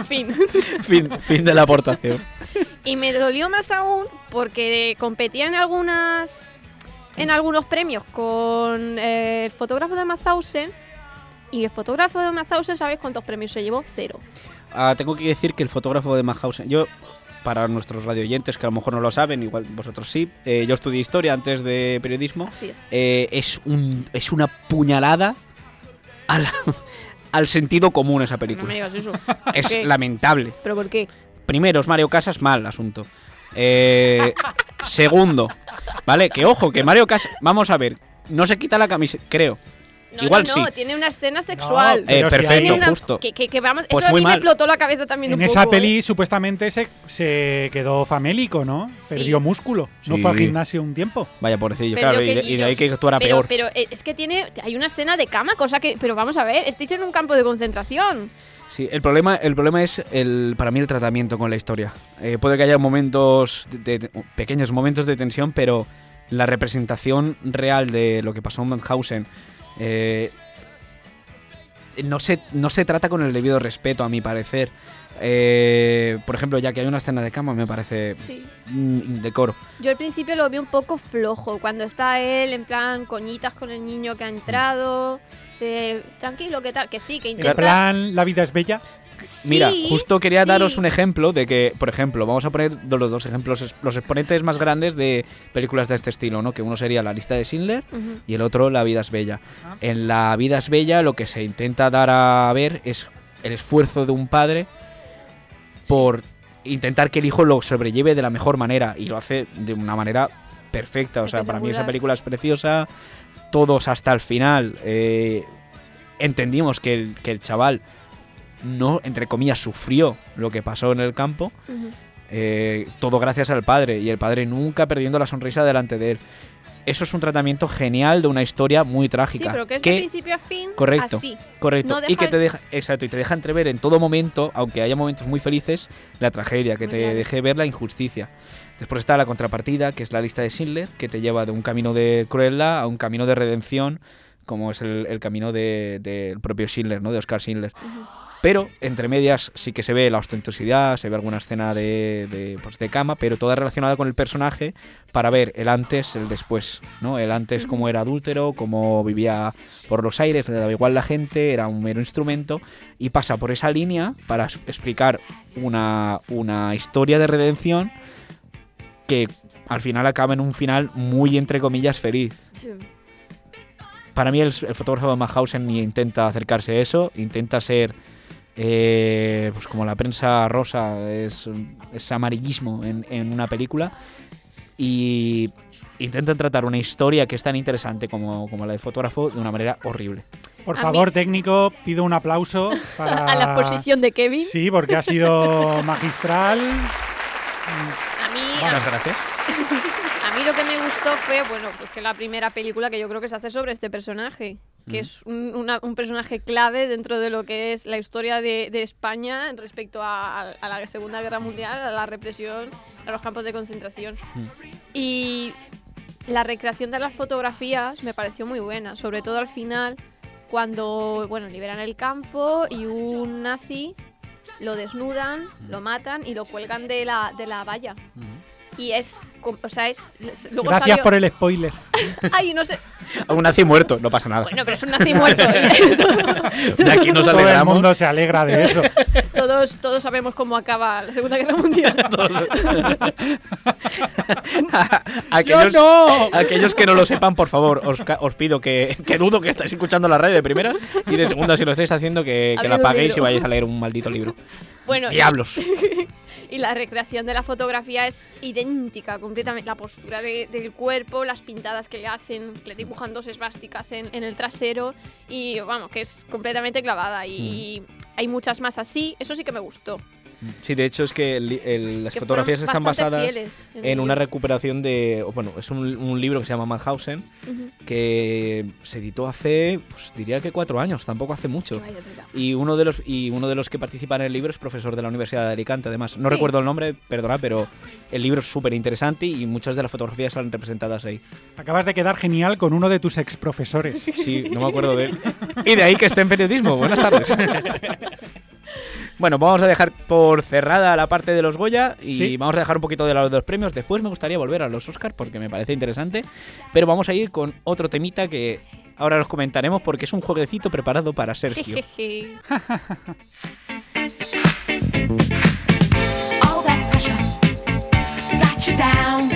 Speaker 3: Fin.
Speaker 2: Fin, fin de la aportación.
Speaker 3: Y me dolió más aún porque competía en algunas. en algunos premios con eh, el fotógrafo de Mauthausen. Y el fotógrafo de Mauthausen, ¿sabéis cuántos premios se llevó? Cero.
Speaker 2: Ah, tengo que decir que el fotógrafo de Mauthausen, yo, para nuestros radioyentes que a lo mejor no lo saben, igual vosotros sí, eh, yo estudié historia antes de periodismo,
Speaker 3: Así es.
Speaker 2: eh, es, un, es una puñalada al, al sentido común esa
Speaker 3: No me
Speaker 2: película.
Speaker 3: digas eso.
Speaker 2: Es
Speaker 3: ¿Qué?
Speaker 2: lamentable.
Speaker 3: ¿Pero por qué?
Speaker 2: Primero, es Mario Casas, mal asunto. Eh, segundo, ¿vale? Que ojo, que Mario Casas, vamos a ver, no se quita la camiseta, creo.
Speaker 3: No,
Speaker 2: Igual
Speaker 3: no, no,
Speaker 2: sí.
Speaker 3: tiene una escena sexual.
Speaker 4: pero
Speaker 2: Eh,
Speaker 4: si
Speaker 2: perfecto,
Speaker 3: Tiene una-
Speaker 2: justo.
Speaker 3: Que, que, que vamos,
Speaker 2: Pues
Speaker 3: eso a
Speaker 2: muy
Speaker 3: mí me
Speaker 2: mal.
Speaker 3: explotó la cabeza también
Speaker 4: En
Speaker 3: un
Speaker 4: esa
Speaker 3: poco, ¿eh?
Speaker 4: peli supuestamente se, se quedó famélico, ¿no?
Speaker 3: Sí.
Speaker 4: Perdió músculo. No
Speaker 2: Sí.
Speaker 4: fue al gimnasio un tiempo.
Speaker 2: Vaya, pobrecillo,
Speaker 3: Perdió
Speaker 2: claro, y, de- y de ahí que actuara
Speaker 3: Pero,
Speaker 2: peor.
Speaker 3: pero eh, es que tiene. Hay una escena de cama, cosa que. Pero vamos a ver, estáis en un campo de concentración.
Speaker 2: Sí, el problema, el problema es el, para mí el tratamiento con la historia. Eh, puede que haya momentos, de- de- pequeños momentos de tensión, pero la representación real de lo que pasó en Mauthausen eh, no, se, no se trata con el debido respeto, a mi parecer. Eh, por ejemplo, ya que hay una escena de cama, me parece
Speaker 3: Sí.
Speaker 2: mm, decoro.
Speaker 3: Yo al principio lo vi un poco flojo, cuando está él en plan coñitas con el niño
Speaker 2: Mm.
Speaker 3: que ha entrado, de, tranquilo, que tal, que sí, que
Speaker 4: En
Speaker 3: intenta...
Speaker 4: plan, la vida es bella.
Speaker 3: Sí,
Speaker 2: Mira, justo quería
Speaker 3: sí.
Speaker 2: daros un ejemplo de que, por ejemplo, vamos a poner do- los dos ejemplos, es- los exponentes más grandes de películas de este estilo, ¿no? Que uno sería La lista de Schindler
Speaker 3: Ujú.
Speaker 2: y el otro La vida es bella. En La vida es bella lo que se intenta dar a ver es el esfuerzo de un padre por intentar que el hijo lo sobrelleve de la mejor manera y lo hace de una manera perfecta. O sea, para mí esa
Speaker 3: Espectacular.
Speaker 2: película es preciosa. Todos hasta el final eh, entendimos que el, que el chaval no, entre comillas, sufrió lo que pasó en el campo.
Speaker 3: Ujú.
Speaker 2: Eh, todo gracias al padre y el padre nunca perdiendo la sonrisa delante de él. Eso es un tratamiento genial de una historia muy
Speaker 3: Sí,
Speaker 2: trágica.
Speaker 3: pero que es de
Speaker 2: que-
Speaker 3: principio a fin
Speaker 2: Correcto.
Speaker 3: así.
Speaker 2: correcto.
Speaker 3: no deja
Speaker 2: y que
Speaker 3: el-
Speaker 2: te deja, exacto, y te deja entrever en todo momento, aunque haya momentos muy felices, la tragedia, que
Speaker 3: Muy
Speaker 2: te
Speaker 3: bien.
Speaker 2: deje ver la injusticia. Después está la contrapartida, que es la lista de Schindler, que te lleva de un camino de crueldad a un camino de redención, como es el, el camino de- del propio Schindler, ¿no? De Oscar Schindler.
Speaker 3: Ujú.
Speaker 2: Pero entre medias sí que se ve la ostentosidad, se ve alguna escena de, de, pues, de cama, pero toda relacionada con el personaje para ver el antes, el después, ¿no? El antes cómo era adúltero, cómo vivía por los aires, le daba igual la gente, era un mero instrumento y pasa por esa línea para s- explicar una, una historia de redención que al final acaba en un final muy entre comillas feliz.
Speaker 3: Sí.
Speaker 2: Para mí el, s- el fotógrafo de Mahausen ni intenta acercarse a eso, intenta ser eh, pues como la prensa rosa es, es amarillismo en, en una película y intentan tratar una historia que es tan interesante como, como la del fotógrafo de una manera horrible.
Speaker 4: Por
Speaker 3: A
Speaker 4: favor,
Speaker 3: mí-
Speaker 4: técnico, pido un aplauso para.
Speaker 3: A la exposición de Kevin,
Speaker 4: Sí, porque ha sido magistral.
Speaker 3: a mí,
Speaker 2: Muchas gracias.
Speaker 3: a, a mí lo que me gustó fue, bueno, pues que la primera película que yo creo que se hace sobre este personaje, que es un, una- un personaje clave dentro de lo que es la historia de, de España respecto a, a- a la Segunda Guerra Mundial, a la represión, a los campos de concentración.
Speaker 2: Mm.
Speaker 3: Y la recreación de las fotografías me pareció muy buena, sobre todo al final, cuando bueno, liberan el campo y un nazi lo desnudan, lo
Speaker 4: Mm.
Speaker 3: matan y lo cuelgan de la, de la valla. Y es, com- o sea, es... es- Luego
Speaker 4: Gracias
Speaker 3: salió-
Speaker 4: por el spoiler.
Speaker 3: Ay, no sé...
Speaker 2: Aún nací muerto, no pasa nada.
Speaker 3: Bueno, pero es un nazi muerto.
Speaker 2: De aquí nos
Speaker 4: Todo el
Speaker 2: alegramos.
Speaker 4: mundo se alegra de eso.
Speaker 3: Todo todos, todos sabemos cómo acaba la Segunda Guerra Mundial.
Speaker 2: aquellos,
Speaker 4: ¡Yo no!
Speaker 2: aquellos que no lo sepan, por favor, os, ca- os pido que, que dudo que estáis escuchando la radio de primera y de segunda, si lo estáis haciendo, que, que
Speaker 3: Abrid
Speaker 2: la
Speaker 3: un
Speaker 2: apaguéis y
Speaker 3: libro.
Speaker 2: vayáis a leer un maldito libro.
Speaker 3: bueno, y-
Speaker 2: ¡Diablos!
Speaker 3: Y la recreación de la fotografía es idéntica, completamente. La postura de- del cuerpo, las pintadas que le hacen, que le dibujan dos esvásticas en, en el trasero. Y vamos, que es completamente clavada. Y, hay muchas más así. Eso sí que me gustó.
Speaker 2: Sí, de hecho es que el li- el- las
Speaker 3: que
Speaker 2: fotografías
Speaker 3: fueron
Speaker 2: están
Speaker 3: bastante
Speaker 2: basadas
Speaker 3: fieles en el
Speaker 2: en una
Speaker 3: libro.
Speaker 2: recuperación de... o Bueno, es un, un libro que se llama Mannhausen,
Speaker 3: Ujú.
Speaker 2: que se editó hace, pues, diría que cuatro años, tampoco hace mucho.
Speaker 3: Vaya tela.
Speaker 2: Y uno de los y uno de los que participa en el libro es profesor de la Universidad de Alicante, además. No
Speaker 3: Sí.
Speaker 2: recuerdo el nombre, perdona, pero el libro es súper interesante y muchas de las fotografías están representadas ahí.
Speaker 4: Acabas de quedar genial con uno de tus exprofesores.
Speaker 2: Sí, no me acuerdo de él. Y de ahí que esté en periodismo. Buenas tardes. Bueno, vamos a dejar por cerrada la parte de los Goya y
Speaker 4: Sí.
Speaker 2: vamos a dejar un poquito de los dos premios. Después me gustaría volver a los Oscar porque me parece interesante, pero vamos a ir con otro temita que ahora los comentaremos porque es un jueguecito preparado para Sergio.
Speaker 3: Jejeje.
Speaker 6: All that pressure got you down.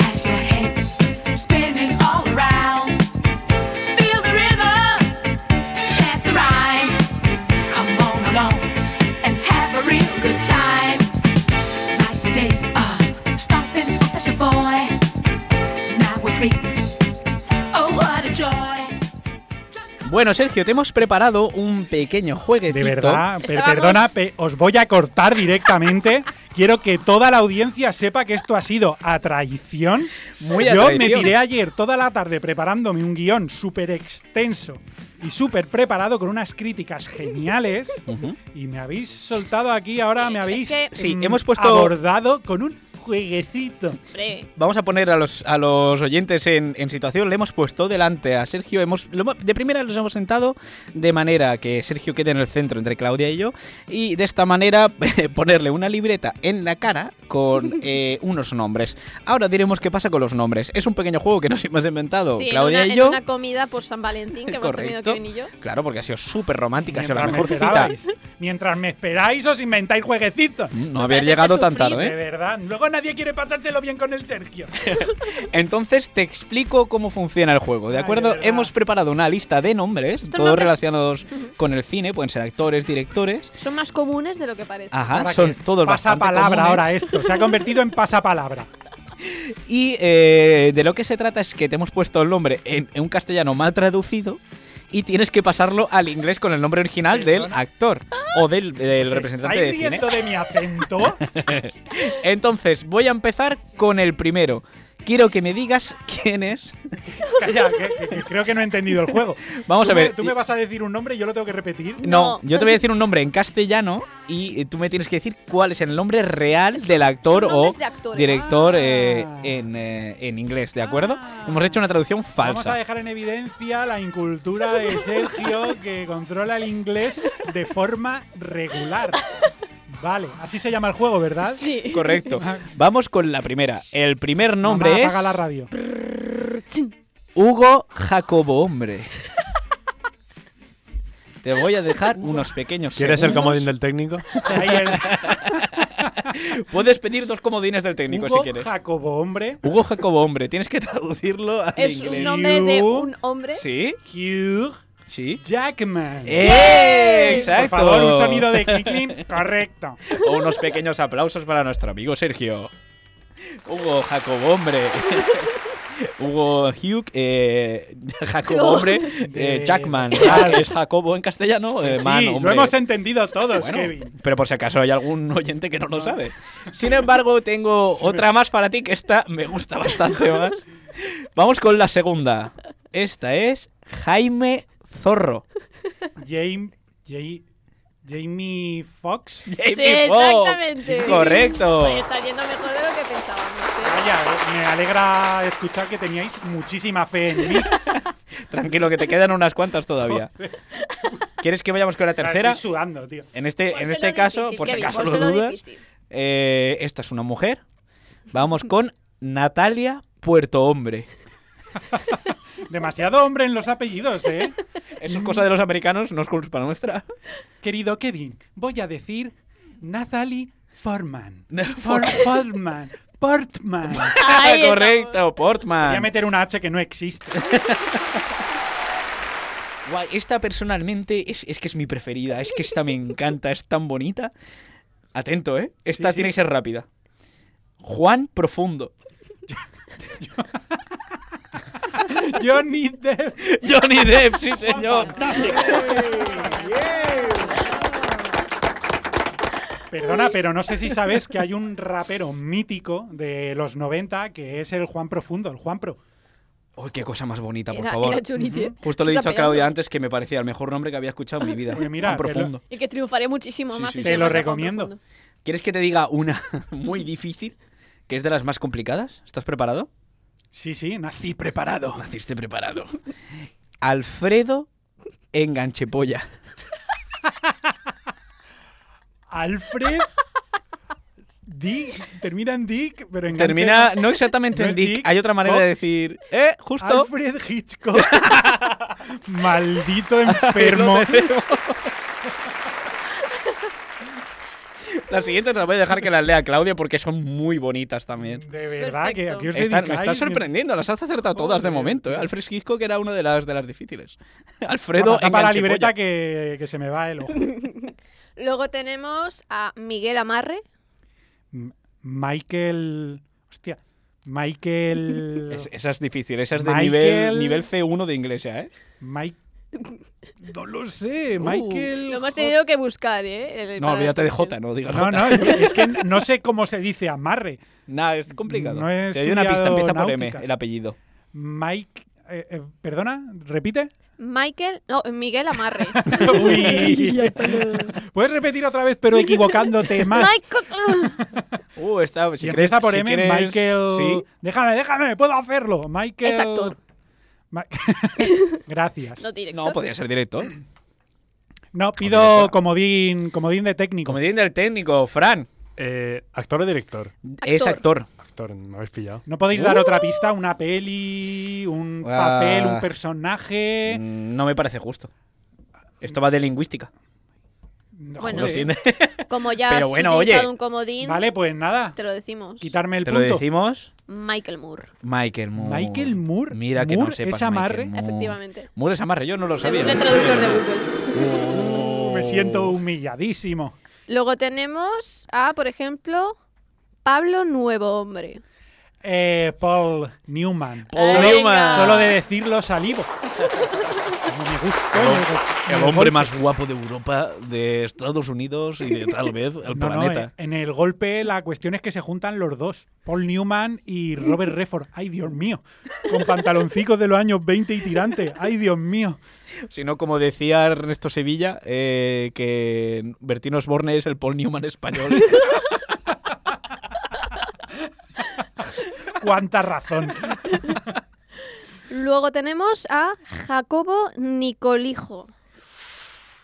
Speaker 6: Has your head spinning all around. Feel the rhythm, chant the rhyme. Come on along and have a real good time. Like the days of stomping as a boy. Now we're free. Oh, what a joy. Just come
Speaker 2: Bueno, Sergio, te hemos preparado un pequeño jueguecito.
Speaker 4: De verdad, per-
Speaker 3: Estábamos-
Speaker 4: perdona, pe- os voy a cortar directamente. Quiero que toda la audiencia sepa que esto ha sido a traición.
Speaker 2: Muy a
Speaker 4: Yo me
Speaker 2: traición.
Speaker 4: tiré ayer toda la tarde preparándome un guión súper extenso y súper preparado con unas críticas geniales
Speaker 2: Ujú.
Speaker 4: y me habéis soltado aquí ahora,
Speaker 3: Sí,
Speaker 4: me
Speaker 3: es
Speaker 4: habéis
Speaker 3: que-
Speaker 2: Sí,
Speaker 4: mm,
Speaker 2: hemos puesto-
Speaker 4: abordado con un jueguecito.
Speaker 3: Hombre,
Speaker 2: Vamos a poner a los, a los oyentes en, en situación. Le hemos puesto delante a Sergio. Hemos, lo hemos- de primera los hemos sentado de manera que Sergio quede en el centro entre Claudia y yo. Y de esta manera ponerle una libreta en la cara con eh, unos nombres. Ahora diremos qué pasa con los nombres. Es un pequeño juego que nos hemos inventado
Speaker 3: sí, en
Speaker 2: Claudia
Speaker 3: una-
Speaker 2: y yo.
Speaker 3: en una comida por San Valentín que hemos tenido
Speaker 2: Correcto.
Speaker 3: que venir yo.
Speaker 2: Claro, porque ha sido súper romántica, ha sido la
Speaker 4: Mientras me
Speaker 2: mejor cita.
Speaker 4: esperabais, mientras me esperáis os inventáis jueguecitos.
Speaker 2: Mm, No haber
Speaker 3: parece
Speaker 2: llegado tan
Speaker 3: sufrir,
Speaker 2: tarde. ¿eh?
Speaker 4: De verdad, luego nadie quiere pasárselo bien con el Sergio.
Speaker 2: Entonces te explico cómo funciona el juego, ¿de
Speaker 4: Ay,
Speaker 2: acuerdo?
Speaker 4: de verdad.
Speaker 2: Hemos preparado una lista de nombres,
Speaker 3: Estos
Speaker 2: todos
Speaker 3: nombres-
Speaker 2: relacionados con el cine, pueden ser actores, directores.
Speaker 3: Son más comunes de lo que parece.
Speaker 2: Ajá,
Speaker 4: Ahora
Speaker 2: Ah, son
Speaker 4: que
Speaker 2: todos bastante
Speaker 4: Pasapalabra
Speaker 2: comunes.
Speaker 4: ahora esto. Se ha convertido en pasapalabra.
Speaker 2: Y eh, de lo que se trata es que te hemos puesto el nombre en, en un castellano mal traducido y tienes que pasarlo al inglés con el nombre original del actor o del, del
Speaker 4: ¿Se
Speaker 2: representante de
Speaker 4: estáis
Speaker 2: cine.
Speaker 4: riendo de mi acento?
Speaker 2: Entonces, voy a empezar con el primero. Quiero que me digas quién es.
Speaker 4: Calla, que- que- que creo que no he entendido el juego.
Speaker 2: Vamos
Speaker 4: Tú
Speaker 2: a
Speaker 4: me-
Speaker 2: ver.
Speaker 4: tú me vas a decir un nombre y yo lo tengo que repetir.
Speaker 2: No,
Speaker 3: No.
Speaker 2: yo te voy a decir un nombre en castellano y eh, tú me tienes que decir cuál es el nombre real del actor
Speaker 3: son
Speaker 2: o
Speaker 3: nombres de actores.
Speaker 2: director
Speaker 4: Ah.
Speaker 2: eh, en, eh, en inglés, ¿de acuerdo?
Speaker 4: Ah.
Speaker 2: Hemos hecho una traducción
Speaker 4: Vamos a
Speaker 2: falsa.
Speaker 4: dejar en evidencia la incultura de Sergio que controla el inglés de forma regular. Vale, así se llama el juego, ¿verdad?
Speaker 3: Sí.
Speaker 2: Correcto. Vamos con la primera. El primer nombre
Speaker 4: Mamá,
Speaker 2: es
Speaker 4: apaga la radio.
Speaker 2: Hugo Jacobo Hombre. Te voy a dejar unos pequeños
Speaker 7: ¿Quieres el
Speaker 2: segundos.
Speaker 7: comodín del técnico?
Speaker 4: Ahí el
Speaker 2: Puedes pedir dos comodines del técnico si
Speaker 4: Hugo
Speaker 2: quieres.
Speaker 4: Jacobo, hombre.
Speaker 2: Hugo Jacobo Hombre, tienes que traducirlo al
Speaker 3: Es un
Speaker 2: inglés.
Speaker 3: nombre de un hombre.
Speaker 2: ¿Sí?
Speaker 4: Hugh
Speaker 2: ¿Sí?
Speaker 4: Jackman.
Speaker 2: ¡Eh! ¡Exacto!
Speaker 4: Por favor, un sonido de clicking. Correcto.
Speaker 2: O unos pequeños aplausos para nuestro amigo Sergio. Hugo Jacobo Hombre. Hugo Hugh, eh, Jacobo Hombre, eh,
Speaker 4: De-
Speaker 2: Jackman.
Speaker 4: Claro.
Speaker 2: que es Jacobo en castellano, eh,
Speaker 4: sí,
Speaker 2: man,
Speaker 4: lo
Speaker 2: hombre.
Speaker 4: hemos entendido todos,
Speaker 2: Bueno,
Speaker 4: Kevin. Ah.
Speaker 2: pero por si acaso hay algún oyente que no lo sabe. Sin embargo, tengo otra más para ti que esta me gusta bastante más. Vamos con la segunda. Esta es Jaime Zorro.
Speaker 4: James, Jay- Jamie Fox.
Speaker 2: Jamie
Speaker 3: Sí,
Speaker 2: Foxx.
Speaker 3: exactamente.
Speaker 2: Correcto.
Speaker 3: Oye, Pues está yendo mejor de lo que pensábamos. ¿eh?
Speaker 4: Vaya, eh, me alegra escuchar que teníais muchísima fe en mí.
Speaker 2: Tranquilo, que te quedan unas cuantas todavía. ¿Quieres que vayamos con la tercera?
Speaker 4: Estoy sudando, tío.
Speaker 2: En este, en
Speaker 3: Pónselo
Speaker 2: este caso,
Speaker 3: difícil,
Speaker 2: por si
Speaker 3: Kevin,
Speaker 2: acaso lo
Speaker 3: pónselo
Speaker 2: dudas,
Speaker 3: difícil.
Speaker 2: eh, esta es una mujer. Vamos con Natalia Puerto Hombre.
Speaker 4: Demasiado hombre en los apellidos, ¿eh?
Speaker 2: Eso es cosa de los americanos, no es culpa nuestra.
Speaker 4: Querido Kevin, voy a decir Natalie Forman.
Speaker 2: No,
Speaker 4: For- Forman. Portman. Voy
Speaker 3: Ahí estamos.
Speaker 2: Correcto, Portman.
Speaker 4: a meter una H que no existe.
Speaker 2: Guay, esta personalmente es, es que es mi preferida, es que esta me encanta, es tan bonita. Atento, ¿eh? Esta
Speaker 4: Sí, sí.
Speaker 2: tiene que ser rápida. Juan Profundo.
Speaker 4: Johnny Depp.
Speaker 2: Johnny Depp, sí señor.
Speaker 4: Perdona, pero no sé si sabes que hay un rapero mítico de los 90 que es el Juan Profundo, el Juan Pro.
Speaker 2: Uy, qué cosa más bonita, por
Speaker 3: Era-
Speaker 2: favor.
Speaker 3: era Johnny Depp.
Speaker 2: Justo le he dicho a
Speaker 3: Rapeando.
Speaker 2: Claudia antes que me parecía el mejor nombre que había escuchado en mi vida.
Speaker 4: Oye, mira,
Speaker 2: Juan
Speaker 4: te lo-
Speaker 2: Profundo.
Speaker 3: Y que triunfaré muchísimo
Speaker 2: Sí,
Speaker 3: más.
Speaker 2: sí,
Speaker 3: si
Speaker 2: sí.
Speaker 3: se
Speaker 4: Te lo
Speaker 3: llama Juan
Speaker 4: recomiendo.
Speaker 3: Profundo.
Speaker 2: ¿Quieres que te diga una muy difícil? Que es de las más complicadas. ¿Estás preparado?
Speaker 4: Sí, sí, nací preparado.
Speaker 2: Naciste preparado. Alfredo Enganchepolla.
Speaker 4: Alfred. Dick. Termina en Dick, pero engancha-
Speaker 2: Termina, no exactamente
Speaker 4: No
Speaker 2: en
Speaker 4: es
Speaker 2: Dick.
Speaker 4: Dick,
Speaker 2: Hay otra manera
Speaker 4: Bob.
Speaker 2: de decir. ¡Eh! Justo.
Speaker 4: Alfred Hitchcock. Maldito enfermo.
Speaker 2: Lo tenemos. Las siguientes las voy a dejar que las lea Claudia porque son muy bonitas también.
Speaker 4: De verdad, que
Speaker 3: Perfecto.
Speaker 4: aquí os
Speaker 2: Están- me
Speaker 4: dedicáis,
Speaker 2: está sorprendiendo, las has acertado todas de
Speaker 4: Joder.
Speaker 2: momento. ¿eh? Alfred Hitchcock era una de las, de las difíciles.
Speaker 4: mira,
Speaker 2: Alfredo
Speaker 4: tapa la
Speaker 2: Enganchepolla.
Speaker 4: libreta que, que se me va el ojo.
Speaker 3: Luego tenemos a Miguel Amarre.
Speaker 4: M- Michael. Hostia. Michael.
Speaker 2: Es- esa es difícil, esa es de
Speaker 4: Michael-
Speaker 2: nivel, nivel C1 de inglés ya, ¿eh?
Speaker 4: Mike. No lo sé,
Speaker 2: Uh.
Speaker 4: Michael.
Speaker 3: Lo hemos
Speaker 4: J-
Speaker 3: tenido que buscar, ¿eh? El-
Speaker 2: No,
Speaker 3: para-
Speaker 2: olvídate de J, no digas
Speaker 4: No,
Speaker 2: J.
Speaker 4: no, es que no sé cómo se dice amarre.
Speaker 2: Nah, es complicado.
Speaker 4: No he
Speaker 2: Te doy una pista,
Speaker 4: estudiado
Speaker 2: empieza por M,
Speaker 4: náutica.
Speaker 2: el apellido.
Speaker 4: Mike. eh, eh, perdona, repite.
Speaker 3: Michael, no, Miguel Amarre.
Speaker 4: Uy. Puedes repetir otra vez, pero equivocándote más.
Speaker 3: Michael. ah,
Speaker 2: Uh, está, si
Speaker 4: Si
Speaker 2: quieres-
Speaker 4: empieza por
Speaker 2: si
Speaker 4: M,
Speaker 2: quieres-
Speaker 4: Michael.
Speaker 2: Sí.
Speaker 4: Déjame, déjame, puedo hacerlo. Michael.
Speaker 3: Es actor.
Speaker 4: Ma- Gracias.
Speaker 3: No director.
Speaker 2: No, pues, podría ser director.
Speaker 4: No,
Speaker 2: directora.
Speaker 4: pido comodín, comodín de técnico.
Speaker 2: Comediante del técnico, Fran.
Speaker 7: Eh, ¿Actor o director?
Speaker 2: Es actor.
Speaker 7: Actor, me habéis pillado.
Speaker 4: ¿No podéis
Speaker 3: Uh.
Speaker 4: dar otra pista? ¿Una peli? ¿Un
Speaker 2: Ah.
Speaker 4: papel? ¿Un personaje?
Speaker 2: Mm, No me parece justo. Esto va de lingüística.
Speaker 4: No,
Speaker 3: Bueno,
Speaker 2: Lo
Speaker 4: joder.
Speaker 2: siento.
Speaker 3: Como ya
Speaker 2: Pero
Speaker 3: has
Speaker 2: bueno, oye.
Speaker 3: utilizado un comodín,
Speaker 4: Vale, pues nada.
Speaker 3: te lo decimos.
Speaker 4: Quitarme el
Speaker 2: Te lo
Speaker 4: punto.
Speaker 2: decimos.
Speaker 3: Michael Moore,
Speaker 2: Michael Moore.
Speaker 4: Michael Moore.
Speaker 2: Mira que no
Speaker 4: Moore
Speaker 2: sepas.
Speaker 4: es amarre.
Speaker 2: Michael Moore.
Speaker 3: efectivamente.
Speaker 2: Moore es amarre, yo no lo sabía.
Speaker 3: Según el traductor de Google.
Speaker 4: Uh, me siento humilladísimo.
Speaker 3: Luego tenemos a, por ejemplo, Pablo Nuevo Hombre.
Speaker 4: Eh, Paul Newman.
Speaker 2: Paul
Speaker 3: Venga.
Speaker 2: Newman.
Speaker 4: Solo de decirlo salivo. Como me gusta.
Speaker 2: El hom-
Speaker 4: oye, pues,
Speaker 2: El hombre más guapo de Europa, de Estados Unidos y de tal vez el
Speaker 4: pues, No, no,
Speaker 2: planeta.
Speaker 4: en el golpe la cuestión es que se juntan los dos, Paul Newman y Robert Redford. Ay, Dios mío, con pantaloncicos de los años 20 y tirantes. Ay, Dios mío.
Speaker 2: Sino como decía Ernesto Sevilla, eh, que Bertino Osborne es el Paul Newman español.
Speaker 4: Cuánta razón.
Speaker 3: Luego tenemos a Jacobo Nicolijo.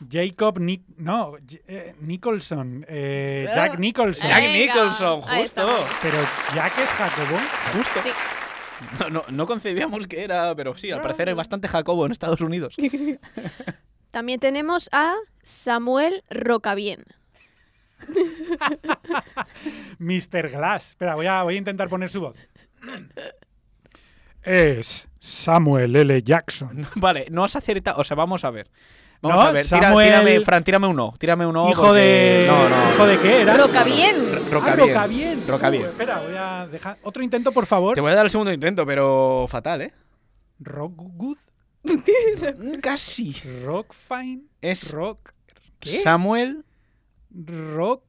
Speaker 4: Jacob Nic no, J- eh, Nicholson, eh, Jack Nicholson.
Speaker 2: Jack
Speaker 3: Venga,
Speaker 2: Nicholson,
Speaker 3: ahí
Speaker 2: justo.
Speaker 3: estamos.
Speaker 4: Pero Jack es Jacobo.
Speaker 2: Justo.
Speaker 3: Sí.
Speaker 2: No, no, no concebíamos que era, pero sí, al parecer es bastante Jacobo en Estados Unidos.
Speaker 3: También tenemos a Samuel Rocabien.
Speaker 4: Mr. Glass. Espera, voy a, voy a intentar poner su voz. Es Samuel L. Jackson.
Speaker 2: Vale, no has acertado. O sea, vamos a ver. Vamos
Speaker 4: No,
Speaker 2: a ver. Tira-
Speaker 4: Samuel-
Speaker 2: tírame, Fran, tírame un no. Tírame un no.
Speaker 4: hijo
Speaker 2: porque-
Speaker 4: de.
Speaker 2: No, no.
Speaker 4: ¿Hijo de qué era?
Speaker 3: Rocabien.
Speaker 4: Ah,
Speaker 2: Rocabien.
Speaker 4: Rocabien.
Speaker 2: Rocabien.
Speaker 4: Uh, espera, voy a dejar. Otro intento, por favor.
Speaker 2: Te voy a dar el segundo intento, pero fatal, ¿eh?
Speaker 4: Rockgood.
Speaker 2: Casi.
Speaker 4: Rockfine.
Speaker 2: Es
Speaker 4: Rock. ¿Qué?
Speaker 2: Samuel.
Speaker 4: Rock.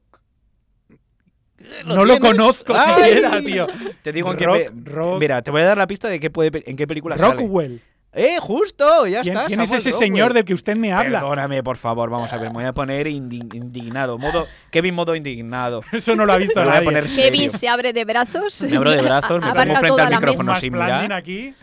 Speaker 4: no lo
Speaker 2: tienes?
Speaker 4: conozco
Speaker 2: ¡Ay!
Speaker 4: siquiera, tío.
Speaker 2: Te digo en qué.
Speaker 4: Rock-
Speaker 2: pe-
Speaker 4: Rock-
Speaker 2: Mira, te voy a dar la pista de qué puede, en qué película sale.
Speaker 4: Rockwell.
Speaker 2: ¡Eh, justo! Ya
Speaker 4: ¿Quién,
Speaker 2: está.
Speaker 4: quién es
Speaker 2: Samuel
Speaker 4: ese
Speaker 2: Rockwell.
Speaker 4: señor del que usted me habla?
Speaker 2: Perdóname, por favor. Vamos a ver. Me voy a poner indi- indignado. Modo, Kevin, modo indignado.
Speaker 4: Eso no lo ha visto
Speaker 2: Me voy a
Speaker 4: nadie.
Speaker 2: poner
Speaker 3: Kevin
Speaker 2: serio.
Speaker 3: se abre de brazos.
Speaker 2: Me abro de brazos, me
Speaker 3: Abarca
Speaker 2: pongo frente
Speaker 3: toda
Speaker 2: al
Speaker 3: la
Speaker 4: Un
Speaker 2: micrófono
Speaker 4: más
Speaker 2: sin
Speaker 4: Blandin
Speaker 2: mirar.
Speaker 4: aquí.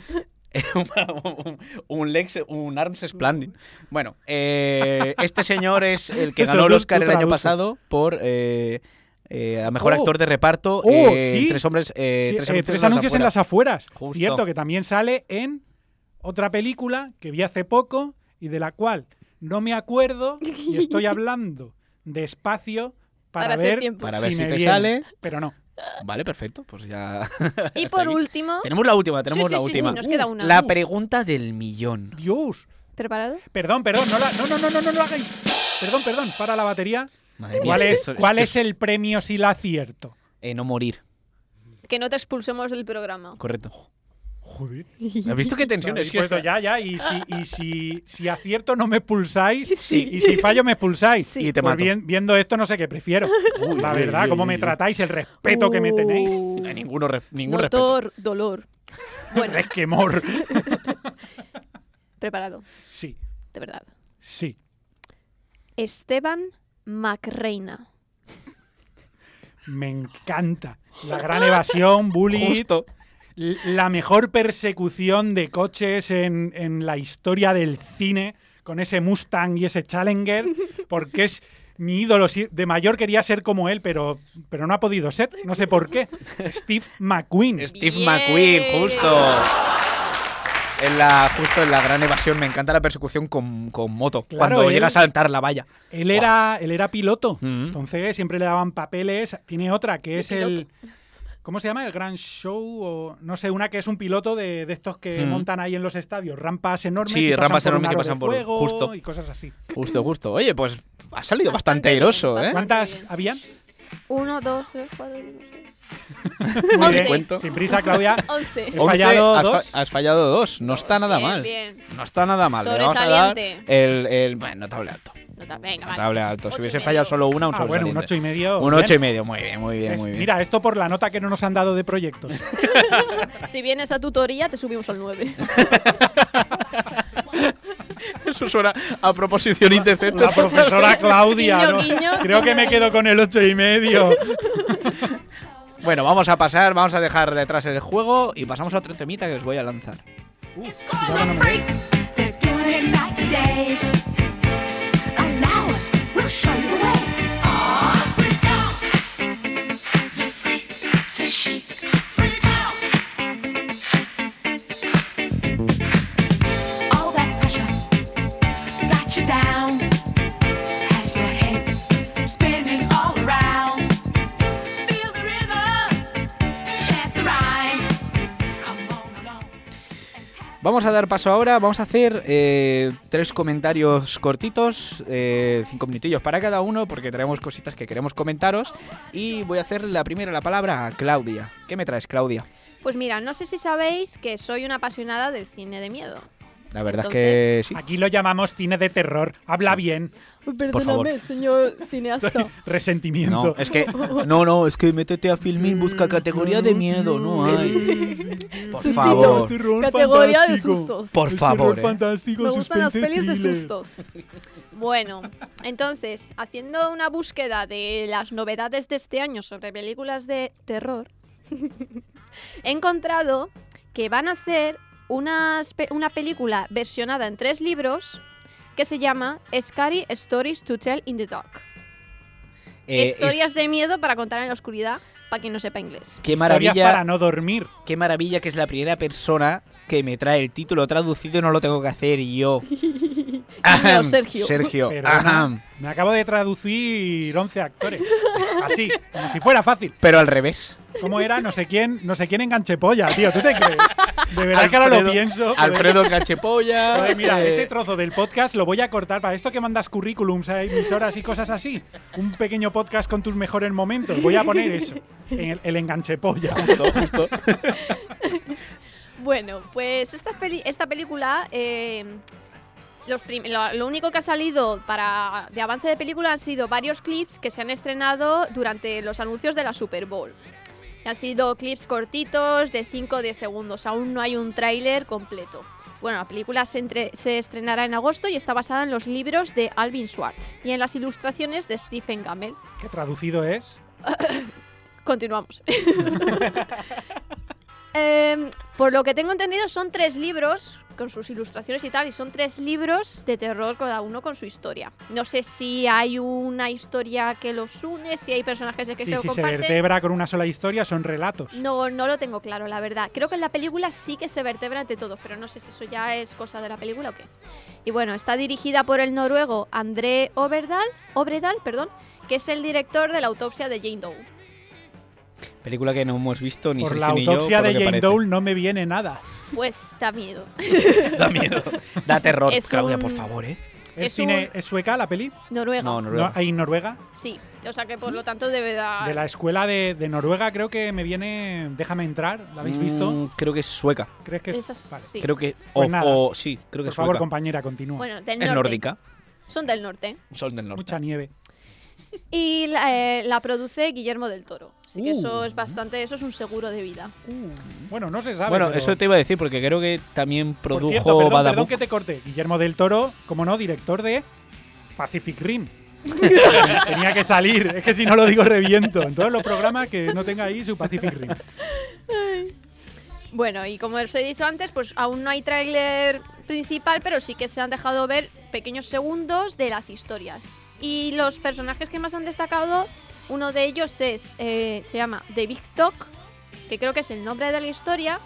Speaker 2: un, un Lex, un Arms Splendid. Bueno, eh, este señor es el que
Speaker 4: Eso
Speaker 2: ganó el
Speaker 4: tú-
Speaker 2: Oscar
Speaker 4: tú
Speaker 2: el año
Speaker 4: traduce.
Speaker 2: pasado por eh, Eh, a mejor
Speaker 4: Oh.
Speaker 2: actor de reparto,
Speaker 4: Oh,
Speaker 2: eh,
Speaker 4: sí.
Speaker 2: tres hombres, eh,
Speaker 4: Sí,
Speaker 2: tres
Speaker 4: eh,
Speaker 2: anuncios,
Speaker 4: tres
Speaker 2: en las
Speaker 4: anuncios en
Speaker 2: afueras.
Speaker 4: las afueras.
Speaker 2: Justo.
Speaker 4: Cierto, que también sale en otra película que vi hace poco y de la cual no me acuerdo y estoy hablando despacio para,
Speaker 3: Para hacer
Speaker 4: ver,
Speaker 3: tiempo.
Speaker 2: Para ver si
Speaker 4: me
Speaker 2: te
Speaker 4: viene.
Speaker 2: sale.
Speaker 4: Pero no.
Speaker 2: Vale, perfecto. Pues ya.
Speaker 3: Y
Speaker 2: Hasta
Speaker 3: por
Speaker 2: aquí.
Speaker 3: último,
Speaker 2: Tenemos la última, tenemos
Speaker 3: sí,
Speaker 2: la
Speaker 3: sí,
Speaker 2: última.
Speaker 3: Sí, nos queda una.
Speaker 2: La pregunta del millón.
Speaker 4: Dios.
Speaker 3: ¿Preparado?
Speaker 4: Perdón, perdón, no, la- no, no, no, no, no lo hagáis. Perdón, perdón, para la batería.
Speaker 2: Madre mía,
Speaker 4: ¿Cuál
Speaker 2: que
Speaker 4: es,
Speaker 2: esto-
Speaker 4: cuál
Speaker 2: esto
Speaker 4: es el premio si la acierto?
Speaker 2: eh, no morir,
Speaker 3: Que no te expulsemos del programa.
Speaker 2: correcto.
Speaker 4: Joder.
Speaker 2: ¿Has visto qué tensión?
Speaker 4: Habéis
Speaker 2: Es que
Speaker 4: puesto ya, ya, y si, y si, si acierto no me pulsáis,
Speaker 3: Sí.
Speaker 4: y si fallo me pulsáis.
Speaker 2: Y te
Speaker 4: Pues
Speaker 2: mato.
Speaker 4: bien- viendo esto no sé qué prefiero.
Speaker 2: Uy,
Speaker 4: La
Speaker 2: uy,
Speaker 4: verdad,
Speaker 2: uy,
Speaker 4: cómo
Speaker 2: uy,
Speaker 4: me
Speaker 2: uy.
Speaker 4: tratáis, el respeto que me tenéis.
Speaker 3: Uh,
Speaker 2: No hay ninguno re- ningún respeto.
Speaker 3: Motor, dolor. Bueno,
Speaker 4: Resquemor.
Speaker 3: preparado,
Speaker 4: Sí,
Speaker 3: de verdad.
Speaker 4: sí.
Speaker 3: Esteban Macreina.
Speaker 4: Me encanta. La gran evasión, bullying,
Speaker 2: Justo.
Speaker 4: l- la mejor persecución de coches en, en la historia del cine, con ese Mustang y ese Challenger, porque es mi ídolo. Sí, De mayor quería ser como él, pero, pero no ha podido ser. No sé por qué. Steve McQueen.
Speaker 2: Steve
Speaker 3: Bien.
Speaker 2: McQueen, justo. En la, justo en la gran evasión, me encanta la persecución con, con moto.
Speaker 4: Claro,
Speaker 2: cuando
Speaker 4: él-
Speaker 2: llega a saltar la valla.
Speaker 4: Él era, él era piloto,
Speaker 2: Mm.
Speaker 4: entonces siempre le daban papeles. Tiene otra que
Speaker 3: De
Speaker 4: es el. ¿Cómo se llama? El Grand Show o no sé, una que es un piloto de, de estos que
Speaker 2: Mm.
Speaker 4: montan ahí en los estadios, rampas enormes,
Speaker 2: Sí,
Speaker 4: y pasan
Speaker 2: rampas
Speaker 4: por un
Speaker 2: enormes que
Speaker 4: aro de
Speaker 2: pasan por-
Speaker 4: fuego
Speaker 2: justo.
Speaker 4: y cosas así.
Speaker 2: Justo, justo. Oye, pues ha salido bastante
Speaker 3: Bastante bien,
Speaker 2: airoso, ¿eh?
Speaker 3: bastante.
Speaker 4: ¿Cuántas
Speaker 3: bien.
Speaker 4: habían?
Speaker 3: Uno, dos, tres, cuatro, cinco, seis.
Speaker 4: Muy
Speaker 3: Once.
Speaker 4: bien.
Speaker 3: Te cuento.
Speaker 4: Sin prisa, Claudia.
Speaker 3: Once.
Speaker 4: He fallado
Speaker 2: has, fa-
Speaker 4: dos.
Speaker 2: has fallado dos. No está nada
Speaker 3: Bien,
Speaker 2: mal.
Speaker 3: bien.
Speaker 2: No está nada mal. Le vamos a dar
Speaker 3: Sobresaliente.
Speaker 2: el, el bueno, notable alto.
Speaker 3: Nota- venga, vale.
Speaker 2: Notable alto. Si
Speaker 3: Ocho y
Speaker 2: hubiese
Speaker 3: medio.
Speaker 2: fallado solo una, un
Speaker 4: Ah, bueno, un
Speaker 2: sobresaliente.
Speaker 4: ocho y medio.
Speaker 2: Un
Speaker 4: bien.
Speaker 2: ocho y medio. Muy bien, muy bien,
Speaker 4: Es-
Speaker 2: muy bien.
Speaker 4: Mira, esto por la nota que no nos han dado de proyectos.
Speaker 3: Si vienes a tutoría, te subimos al 9.
Speaker 2: Eso suena a proposición indecente.
Speaker 4: La profesora Claudia.
Speaker 3: Guiño,
Speaker 4: ¿no?
Speaker 3: guiño.
Speaker 4: Creo que me quedo con el ocho y medio.
Speaker 2: Bueno, vamos a pasar, vamos a dejar detrás el juego y pasamos a otro temita que os voy a lanzar.
Speaker 6: It's going to freak. They're doing it night and day. Allow us, we'll show you the way. Aw, freak out. You freak, says she. Freak out. All that pressure got you down. Has your head spinning all around. Feel the rhythm, chant the rhyme. Come on along.
Speaker 2: Vamos a dar paso ahora, vamos a hacer eh, tres comentarios cortitos, eh, cinco minutillos para cada uno, porque traemos cositas que queremos comentaros. Y voy a hacer la primera, la palabra a Claudia. ¿Qué me traes, Claudia?
Speaker 3: Pues mira, no sé si sabéis que soy una apasionada del cine de miedo.
Speaker 2: La verdad es que sí.
Speaker 4: Aquí lo llamamos cine de terror. Habla bien.
Speaker 2: Por favor.
Speaker 3: señor cineasta.
Speaker 4: Resentimiento.
Speaker 2: No, es que. No, no, es que métete a Filmin, busca categoría de miedo, no hay. Por favor.
Speaker 3: Categoría de sustos.
Speaker 2: Por favor. eh.
Speaker 3: Me gustan las pelis de sustos. Bueno, entonces, haciendo una búsqueda de las novedades de este año sobre películas de terror, he encontrado que van a hacer unas pe- una película versionada en tres libros que se llama Scary Stories to Tell in the Dark.
Speaker 2: Eh, es-
Speaker 3: Historias de miedo para contar en la oscuridad, para quien no sepa inglés.
Speaker 2: Qué
Speaker 4: Historias
Speaker 2: maravilla,
Speaker 4: para no dormir.
Speaker 2: qué maravilla que es la primera persona que me trae el título traducido y no lo tengo que hacer yo. Ajam,
Speaker 3: Sergio.
Speaker 2: Sergio.
Speaker 4: Perdona,
Speaker 2: ajam.
Speaker 4: me acabo de traducir 11 actores. Así, como si fuera fácil.
Speaker 2: Pero al revés.
Speaker 4: ¿Cómo era? No sé quién, no sé quién enganche polla, tío. ¿Tú te crees? De verdad que ahora lo
Speaker 2: Alfredo-
Speaker 4: pienso. joder.
Speaker 2: Alfredo Cachepolla.
Speaker 4: Joder, mira,
Speaker 2: eh,
Speaker 4: ese trozo del podcast lo voy a cortar para esto que mandas currículums a emisoras y cosas así. Un pequeño podcast con tus mejores momentos. Voy a poner eso. en El, el enganche polla.
Speaker 2: justo, justo.
Speaker 3: Bueno, pues esta, peli- esta película, eh, los prim- lo, lo único que ha salido para de avance de película han sido varios clips que se han estrenado durante los anuncios de la Super Bowl. Han sido clips cortitos de 5 10 segundos, aún no hay un tráiler completo. Bueno, la película se, entre- se estrenará en agosto y está basada en los libros de Alvin Schwartz y en las ilustraciones de Stephen Gamel.
Speaker 4: Que traducido es.
Speaker 3: Continuamos. Eh, por lo que tengo entendido, son tres libros con sus ilustraciones y tal, y son tres libros de terror, cada uno con su historia. No sé si hay una historia que los une, si hay personajes que
Speaker 4: Sí,
Speaker 3: se
Speaker 4: si se
Speaker 3: comparten.
Speaker 4: vertebra con una sola historia, son relatos.
Speaker 3: no, no lo tengo claro, la verdad. Creo que en la película sí que se vertebra entre todos, pero no sé si eso ya es cosa de la película o qué. Y bueno, está dirigida por el noruego André Oberdal, Obredal, perdón, que es el director de la autopsia de Jane Doe.
Speaker 2: Película que no hemos visto ni
Speaker 4: Por
Speaker 2: Sergio
Speaker 4: la
Speaker 2: ni yo,
Speaker 4: autopsia
Speaker 2: por lo
Speaker 4: de
Speaker 2: que
Speaker 4: Jane
Speaker 2: parece.
Speaker 4: Dole no me viene nada.
Speaker 3: Pues da miedo.
Speaker 2: Da miedo. Da terror,
Speaker 3: Es
Speaker 2: Claudia,
Speaker 3: un-
Speaker 2: por favor, ¿eh?
Speaker 4: ¿Es,
Speaker 3: Es
Speaker 4: cine, ¿Es sueca la peli?
Speaker 3: Noruega.
Speaker 2: No,
Speaker 4: No,
Speaker 2: Noruega. Ah.
Speaker 4: ¿Hay en Noruega?
Speaker 3: Sí, o sea que por lo tanto debe dar.
Speaker 4: De la escuela de, de Noruega creo que me viene Déjame entrar, ¿la habéis visto?
Speaker 2: Mm, creo que es sueca.
Speaker 4: ¿Crees que
Speaker 3: Esa
Speaker 4: es? Vale.
Speaker 3: sí.
Speaker 2: Creo que.
Speaker 4: Pues
Speaker 2: o-
Speaker 4: nada.
Speaker 2: o- sí, creo que
Speaker 4: Por
Speaker 2: es
Speaker 4: favor,
Speaker 2: sueca.
Speaker 4: compañera, continúa.
Speaker 3: Bueno, del
Speaker 2: es
Speaker 3: norte.
Speaker 2: nórdica.
Speaker 3: Son del norte.
Speaker 2: Son del norte.
Speaker 4: Mucha nieve.
Speaker 3: Y la, eh, la produce Guillermo del Toro. Así que
Speaker 4: Uh.
Speaker 3: eso es bastante. Eso es un seguro de vida.
Speaker 4: Bueno, no se sabe.
Speaker 2: Bueno,
Speaker 4: pero-
Speaker 2: eso te iba a decir porque creo que también
Speaker 4: Por
Speaker 2: produjo
Speaker 4: cierto, perdón,
Speaker 2: Badabook.
Speaker 4: perdón que te corte. Guillermo del Toro, como no, director de Pacific Rim. Tenía que salir, es que si no lo digo reviento. En todos los programas que no tenga ahí su Pacific Rim.
Speaker 3: Bueno, y como os he dicho antes, pues aún no hay tráiler principal, pero sí que se han dejado ver pequeños segundos de las historias. Y los personajes que más han destacado, uno de ellos es, eh, se llama The Big Talk, que creo que es el nombre de la historia,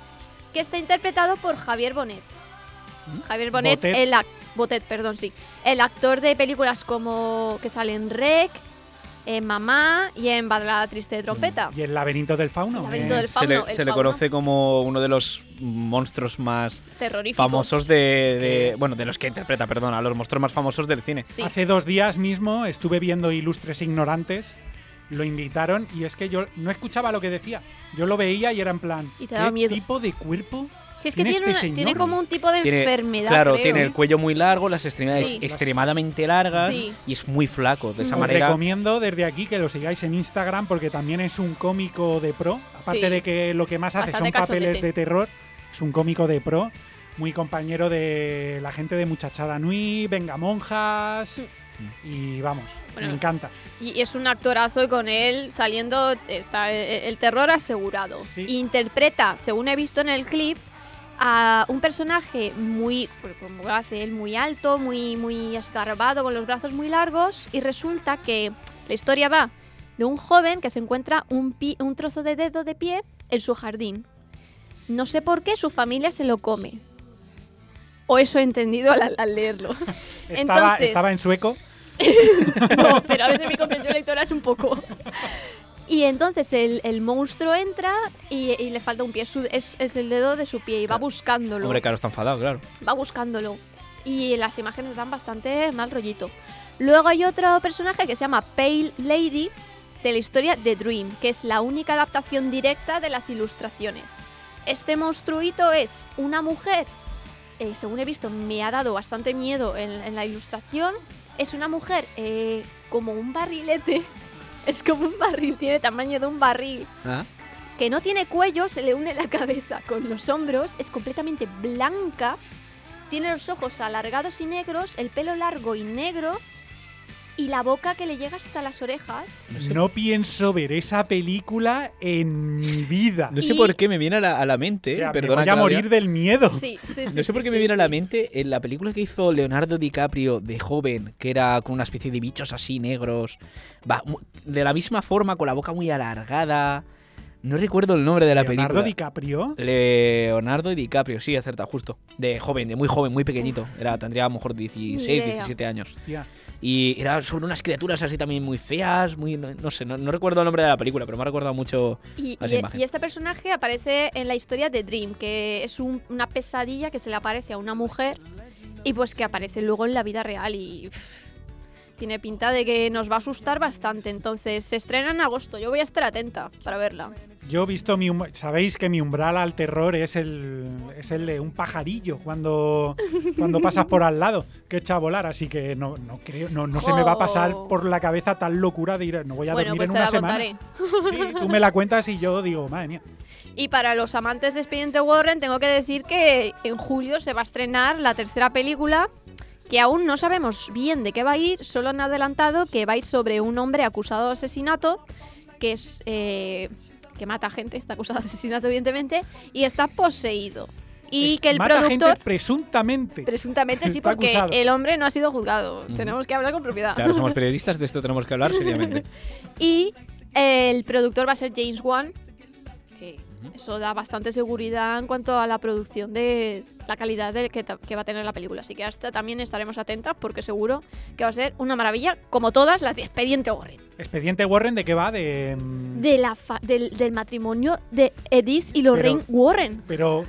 Speaker 3: que está interpretado por Javier Bonet.
Speaker 2: ¿Mm?
Speaker 3: Javier Bonet,
Speaker 4: Botet.
Speaker 3: el ac- Botet, perdón, sí. El actor de películas como que sale en Rec, en Mamá y en Balada Triste de
Speaker 2: Mm.
Speaker 3: Trompeta.
Speaker 4: Y el laberinto del fauno. Eh,
Speaker 3: Laberinto del
Speaker 4: es-
Speaker 2: se le,
Speaker 3: fauno, Ah. el
Speaker 2: se le
Speaker 3: fauno.
Speaker 2: conoce como uno de los monstruos más
Speaker 3: Terrorífico.
Speaker 2: famosos de, de- Bueno, de los que interpreta, perdón, a los monstruos más famosos del cine.
Speaker 3: Sí.
Speaker 4: Hace dos días mismo estuve viendo Ilustres Ignorantes, lo invitaron y es que yo no escuchaba lo que decía. Yo lo veía y era en plan,
Speaker 3: Y te daba
Speaker 4: ¿qué
Speaker 3: miedo.
Speaker 4: tipo de cuerpo?
Speaker 3: Si es que
Speaker 4: Tiene
Speaker 3: tiene,
Speaker 4: este
Speaker 3: una-
Speaker 4: señor.
Speaker 3: tiene como un tipo de
Speaker 2: Tiene-
Speaker 3: enfermedad.
Speaker 2: claro,
Speaker 3: creo.
Speaker 2: tiene el cuello muy largo, las extremidades
Speaker 3: Sí.
Speaker 2: extremadamente largas
Speaker 3: Sí.
Speaker 2: y es muy flaco. De esa
Speaker 4: Os
Speaker 2: manera.
Speaker 4: recomiendo desde aquí que lo sigáis en Instagram porque también es un cómico de pro. Aparte
Speaker 3: Sí.
Speaker 4: de que lo que más hace
Speaker 3: Bastante
Speaker 4: son papeles
Speaker 3: cachondete.
Speaker 4: de terror, es un cómico de pro. Muy compañero de la gente de Muchachada Nui, Venga Monjas. Y vamos,
Speaker 3: Mm. Bueno.
Speaker 4: me encanta.
Speaker 3: Y y es un actorazo y con él saliendo está eh, el terror asegurado.
Speaker 4: Sí.
Speaker 3: Interpreta, según he visto en el clip, a un personaje muy, pues, como lo hace él, muy alto, muy, muy escarbado, con los brazos muy largos. Y resulta que la historia va de un joven que se encuentra un, pi- un trozo de dedo de pie en su jardín. No sé por qué su familia se lo come. O eso he entendido al- al leerlo.
Speaker 4: Estaba,
Speaker 3: Entonces-
Speaker 4: estaba en sueco.
Speaker 3: No, pero a veces mi comprensión lectora es un poco. Y entonces el, el monstruo entra y, y le falta un pie. Su- es, es el dedo de su pie y va
Speaker 2: Claro.
Speaker 3: buscándolo.
Speaker 2: Hombre, claro, está enfadado, claro.
Speaker 3: Va buscándolo. Y las imágenes dan bastante mal rollito. Luego hay otro personaje que se llama Pale Lady de la historia The Dream, que es la única adaptación directa de las ilustraciones. Este monstruito es una mujer, eh, según he visto, me ha dado bastante miedo en, en la ilustración. Es una mujer eh, como un barrilete, es como un barril, tiene tamaño de un barril,
Speaker 2: Ah,
Speaker 3: que no tiene cuello, se le une la cabeza con los hombros, es completamente blanca, tiene los ojos alargados y negros, el pelo largo y negro y la boca que le llega hasta las orejas.
Speaker 4: No pienso ver esa película en mi vida.
Speaker 2: No sé
Speaker 3: Y-
Speaker 2: por qué me viene a la, a la mente,
Speaker 4: O sea, me
Speaker 2: perdona.
Speaker 4: voy a
Speaker 2: Claudia.
Speaker 4: morir del miedo.
Speaker 3: Sí, sí, sí.
Speaker 2: No sé por
Speaker 3: sí,
Speaker 2: qué me
Speaker 3: sí,
Speaker 2: viene a la
Speaker 3: sí.
Speaker 2: mente en la película que hizo Leonardo DiCaprio de joven, que era con una especie de bichos así negros, va, mu- de la misma forma, con la boca muy alargada. No recuerdo el nombre de la película.
Speaker 4: Leonardo DiCaprio.
Speaker 2: Leonardo DiCaprio, sí, acerta, justo. De joven, de muy joven, muy pequeñito. Era, tendría a lo mejor 16,
Speaker 3: idea.
Speaker 2: 17 años.
Speaker 4: Hostia.
Speaker 2: Y era sobre unas criaturas así también muy feas, muy. No, no sé, no, no recuerdo el nombre de la película, pero me ha recordado mucho.
Speaker 3: Y,
Speaker 2: a esa
Speaker 3: y-
Speaker 2: imagen.
Speaker 3: y este personaje aparece en la historia de Dream, que es un- una pesadilla que se le aparece a una mujer y pues que aparece luego en la vida real y pff, tiene pinta de que nos va a asustar bastante. Entonces se estrena en agosto, yo voy a estar atenta para verla.
Speaker 4: Yo he visto mi um- sabéis que mi umbral al terror es el es el de un pajarillo cuando cuando pasas por al lado que echa a volar, así que no no creo no, no se me va a pasar
Speaker 3: Oh.
Speaker 4: por la cabeza tal locura de ir no voy a
Speaker 3: bueno, pues
Speaker 4: dormir en
Speaker 3: te
Speaker 4: una
Speaker 3: la
Speaker 4: semana.
Speaker 3: contaré.
Speaker 4: Sí, tú me la cuentas y yo digo, madre mía.
Speaker 3: Y para los amantes de Expediente Warren tengo que decir que en julio se va a estrenar la tercera película que aún no sabemos bien de qué va a ir, solo han adelantado que va a ir sobre un hombre acusado de asesinato que es eh, que mata gente, está acusado de asesinato evidentemente, y está poseído. Y que el
Speaker 4: Mata
Speaker 3: productor,
Speaker 4: gente presuntamente.
Speaker 3: presuntamente sí,
Speaker 4: Está
Speaker 3: porque
Speaker 4: acusado.
Speaker 3: el hombre no ha sido juzgado.
Speaker 2: Ujú.
Speaker 3: Tenemos que hablar con propiedad.
Speaker 2: Claro, somos periodistas, de esto tenemos que hablar seriamente.
Speaker 3: Y el productor va a ser James Wan, que eso da bastante seguridad en cuanto a la producción de la calidad de- que, ta- que va a tener la película. Así que hasta también estaremos atentas porque seguro que va a ser una maravilla, como todas las de Expediente Warren.
Speaker 4: Expediente Warren, ¿de qué va? De. mm,
Speaker 3: De la fa- del, del matrimonio de Edith y Lorraine Warren.
Speaker 4: Pero.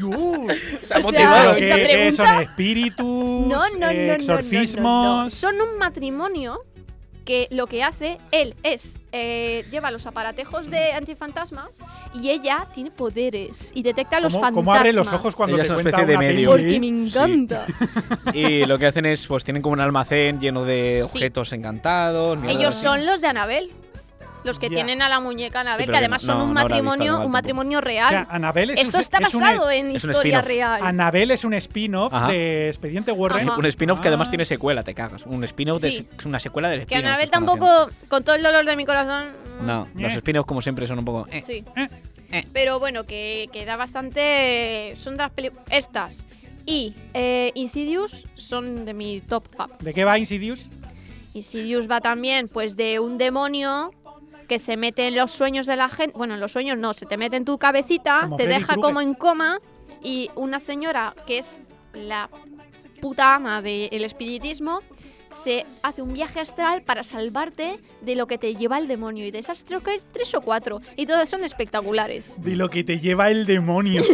Speaker 4: Yuh.
Speaker 2: Se ha
Speaker 3: O sea,
Speaker 2: motivado.
Speaker 4: Pero
Speaker 3: esa
Speaker 4: que- que
Speaker 3: pregunta-
Speaker 4: son espíritus,
Speaker 3: No, no, no, no,
Speaker 4: exorcismos.
Speaker 3: no, no, no. Son un matrimonio que lo que hace él es eh, lleva los aparatejos de antifantasmas y ella tiene poderes y detecta los
Speaker 4: ¿Cómo,
Speaker 3: fantasmas.
Speaker 4: cómo abre los ojos cuando
Speaker 2: Ella
Speaker 4: te
Speaker 2: es una
Speaker 4: cuenta
Speaker 2: especie de
Speaker 4: una
Speaker 2: medium.
Speaker 4: peli?
Speaker 3: Porque me encanta.
Speaker 2: Y lo que hacen es, pues tienen como un almacén lleno de
Speaker 3: Sí.
Speaker 2: objetos encantados. mierda
Speaker 3: Ellos
Speaker 2: así.
Speaker 3: son los de Anabel. Los que
Speaker 4: Ya.
Speaker 3: tienen a la muñeca
Speaker 2: pero
Speaker 3: Anabel, que
Speaker 2: que
Speaker 3: además
Speaker 2: no-
Speaker 3: son un
Speaker 2: no habrá visto
Speaker 3: matrimonio,
Speaker 2: Anabel
Speaker 3: un matrimonio
Speaker 4: O
Speaker 3: real.
Speaker 4: sea, Annabelle es
Speaker 3: Esto
Speaker 4: un-
Speaker 3: está
Speaker 4: es un-
Speaker 3: basado en
Speaker 2: es un
Speaker 3: historia
Speaker 2: spin-off.
Speaker 3: real.
Speaker 4: Annabelle es un spin-off
Speaker 2: Ajá.
Speaker 4: de Expediente Warren.
Speaker 3: Ajá.
Speaker 2: Un spin-off que además
Speaker 4: Ah.
Speaker 2: tiene secuela, te cagas. Un spin-off de
Speaker 3: Sí.
Speaker 2: se- una secuela del
Speaker 3: que
Speaker 2: spin-off.
Speaker 3: Anabel
Speaker 2: están
Speaker 3: tampoco,
Speaker 2: haciendo.
Speaker 3: con todo el dolor de mi corazón.
Speaker 2: No, los
Speaker 4: Eh.
Speaker 2: spin-offs como siempre son un poco... eh.
Speaker 3: Sí.
Speaker 4: Eh.
Speaker 2: Eh.
Speaker 3: Pero bueno, que, que da bastante. Son de las películas. Estas y eh, Insidious son de mi top up.
Speaker 4: ¿De qué va Insidious?
Speaker 3: Insidious va también, pues, de un demonio que se mete en los sueños de la gente. Bueno, en los sueños no, se te mete en tu cabecita,
Speaker 4: Como
Speaker 3: te
Speaker 4: Freddy
Speaker 3: deja
Speaker 4: Krueger.
Speaker 3: como en coma. Y una señora que es la puta ama del espiritismo se hace un viaje astral para salvarte de lo que te lleva el demonio. Y de esas creo que hay tres o cuatro. Y todas son espectaculares.
Speaker 4: De lo que te lleva el demonio.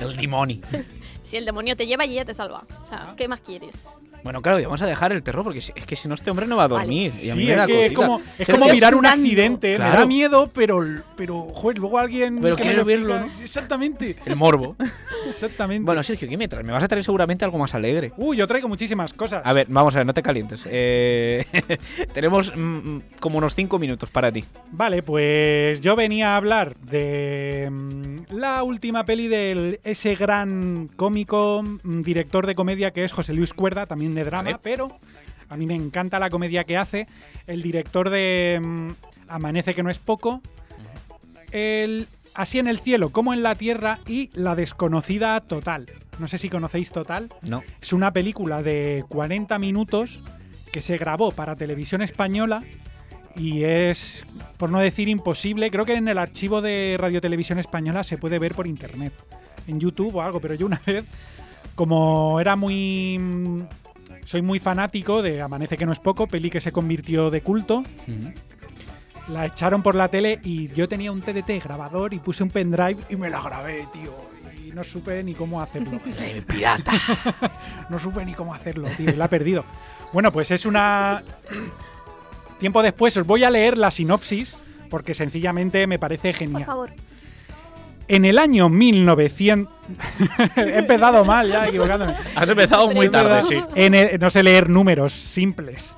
Speaker 2: El demonio.
Speaker 3: Si el demonio te lleva, y ella te salva. O sea, ¿qué más quieres?
Speaker 2: Bueno, claro, y vamos a dejar el terror porque si- es que si no este hombre no va a
Speaker 3: Vale.
Speaker 2: dormir. Y a mí
Speaker 4: Sí,
Speaker 2: me
Speaker 4: es,
Speaker 2: da
Speaker 4: que es
Speaker 2: cosita.
Speaker 4: como, es
Speaker 2: Se-
Speaker 4: como
Speaker 3: Yo
Speaker 4: mirar un
Speaker 3: sudando.
Speaker 4: accidente. Me da
Speaker 2: Claro.
Speaker 4: miedo, pero, pero joder, luego alguien.
Speaker 2: Pero
Speaker 4: que
Speaker 2: quiero
Speaker 4: me lo
Speaker 2: verlo,
Speaker 4: explica. Exactamente,
Speaker 2: El morbo.
Speaker 4: exactamente.
Speaker 2: Bueno, Sergio, ¿qué me traes? Me vas a traer seguramente algo más alegre.
Speaker 4: Uy, yo traigo muchísimas cosas.
Speaker 2: A ver, vamos a ver, no te calientes. Eh, tenemos mm, como unos 5 minutos para ti.
Speaker 4: Vale, pues yo venía a hablar de mm, la última peli de ese gran cómico, mm, director de comedia que es José Luis Cuerda, también de drama,
Speaker 2: Vale.
Speaker 4: pero a mí me encanta la comedia que hace. El director de mm, Amanece que no es poco, el Así en el cielo como en la tierra y La desconocida total. No sé si conocéis Total.
Speaker 2: No.
Speaker 4: Es una película de 40 minutos que se grabó para televisión española y es, por no decir imposible, creo que en el archivo de Radio Televisión Española se puede ver por internet, en YouTube o algo, pero yo una vez, como era muy... mm, Soy muy fanático de Amanece que no es poco, peli que se convirtió de culto, la echaron por la tele y yo tenía un TDT grabador y puse un pendrive y me la grabé, tío. Y no supe ni cómo hacerlo.
Speaker 2: pirata.
Speaker 4: no supe ni cómo hacerlo, tío, y la he perdido. Bueno, pues es una. Tiempo después os voy a leer la sinopsis porque sencillamente me parece
Speaker 3: Por
Speaker 4: genial.
Speaker 3: favor.
Speaker 4: En el año 1900. he empezado mal, ya equivocándome.
Speaker 2: Has empezado muy tarde, sí.
Speaker 4: En el- no sé leer números simples.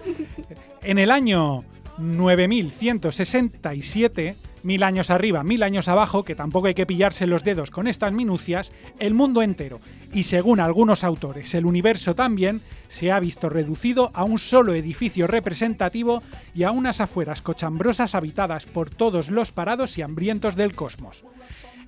Speaker 4: En el año 9167, mil años arriba, mil años abajo, que tampoco hay que pillarse los dedos con estas minucias, el mundo entero, y según algunos autores, el universo también, se ha visto reducido a un solo edificio representativo y a unas afueras cochambrosas habitadas por todos los parados y hambrientos del cosmos.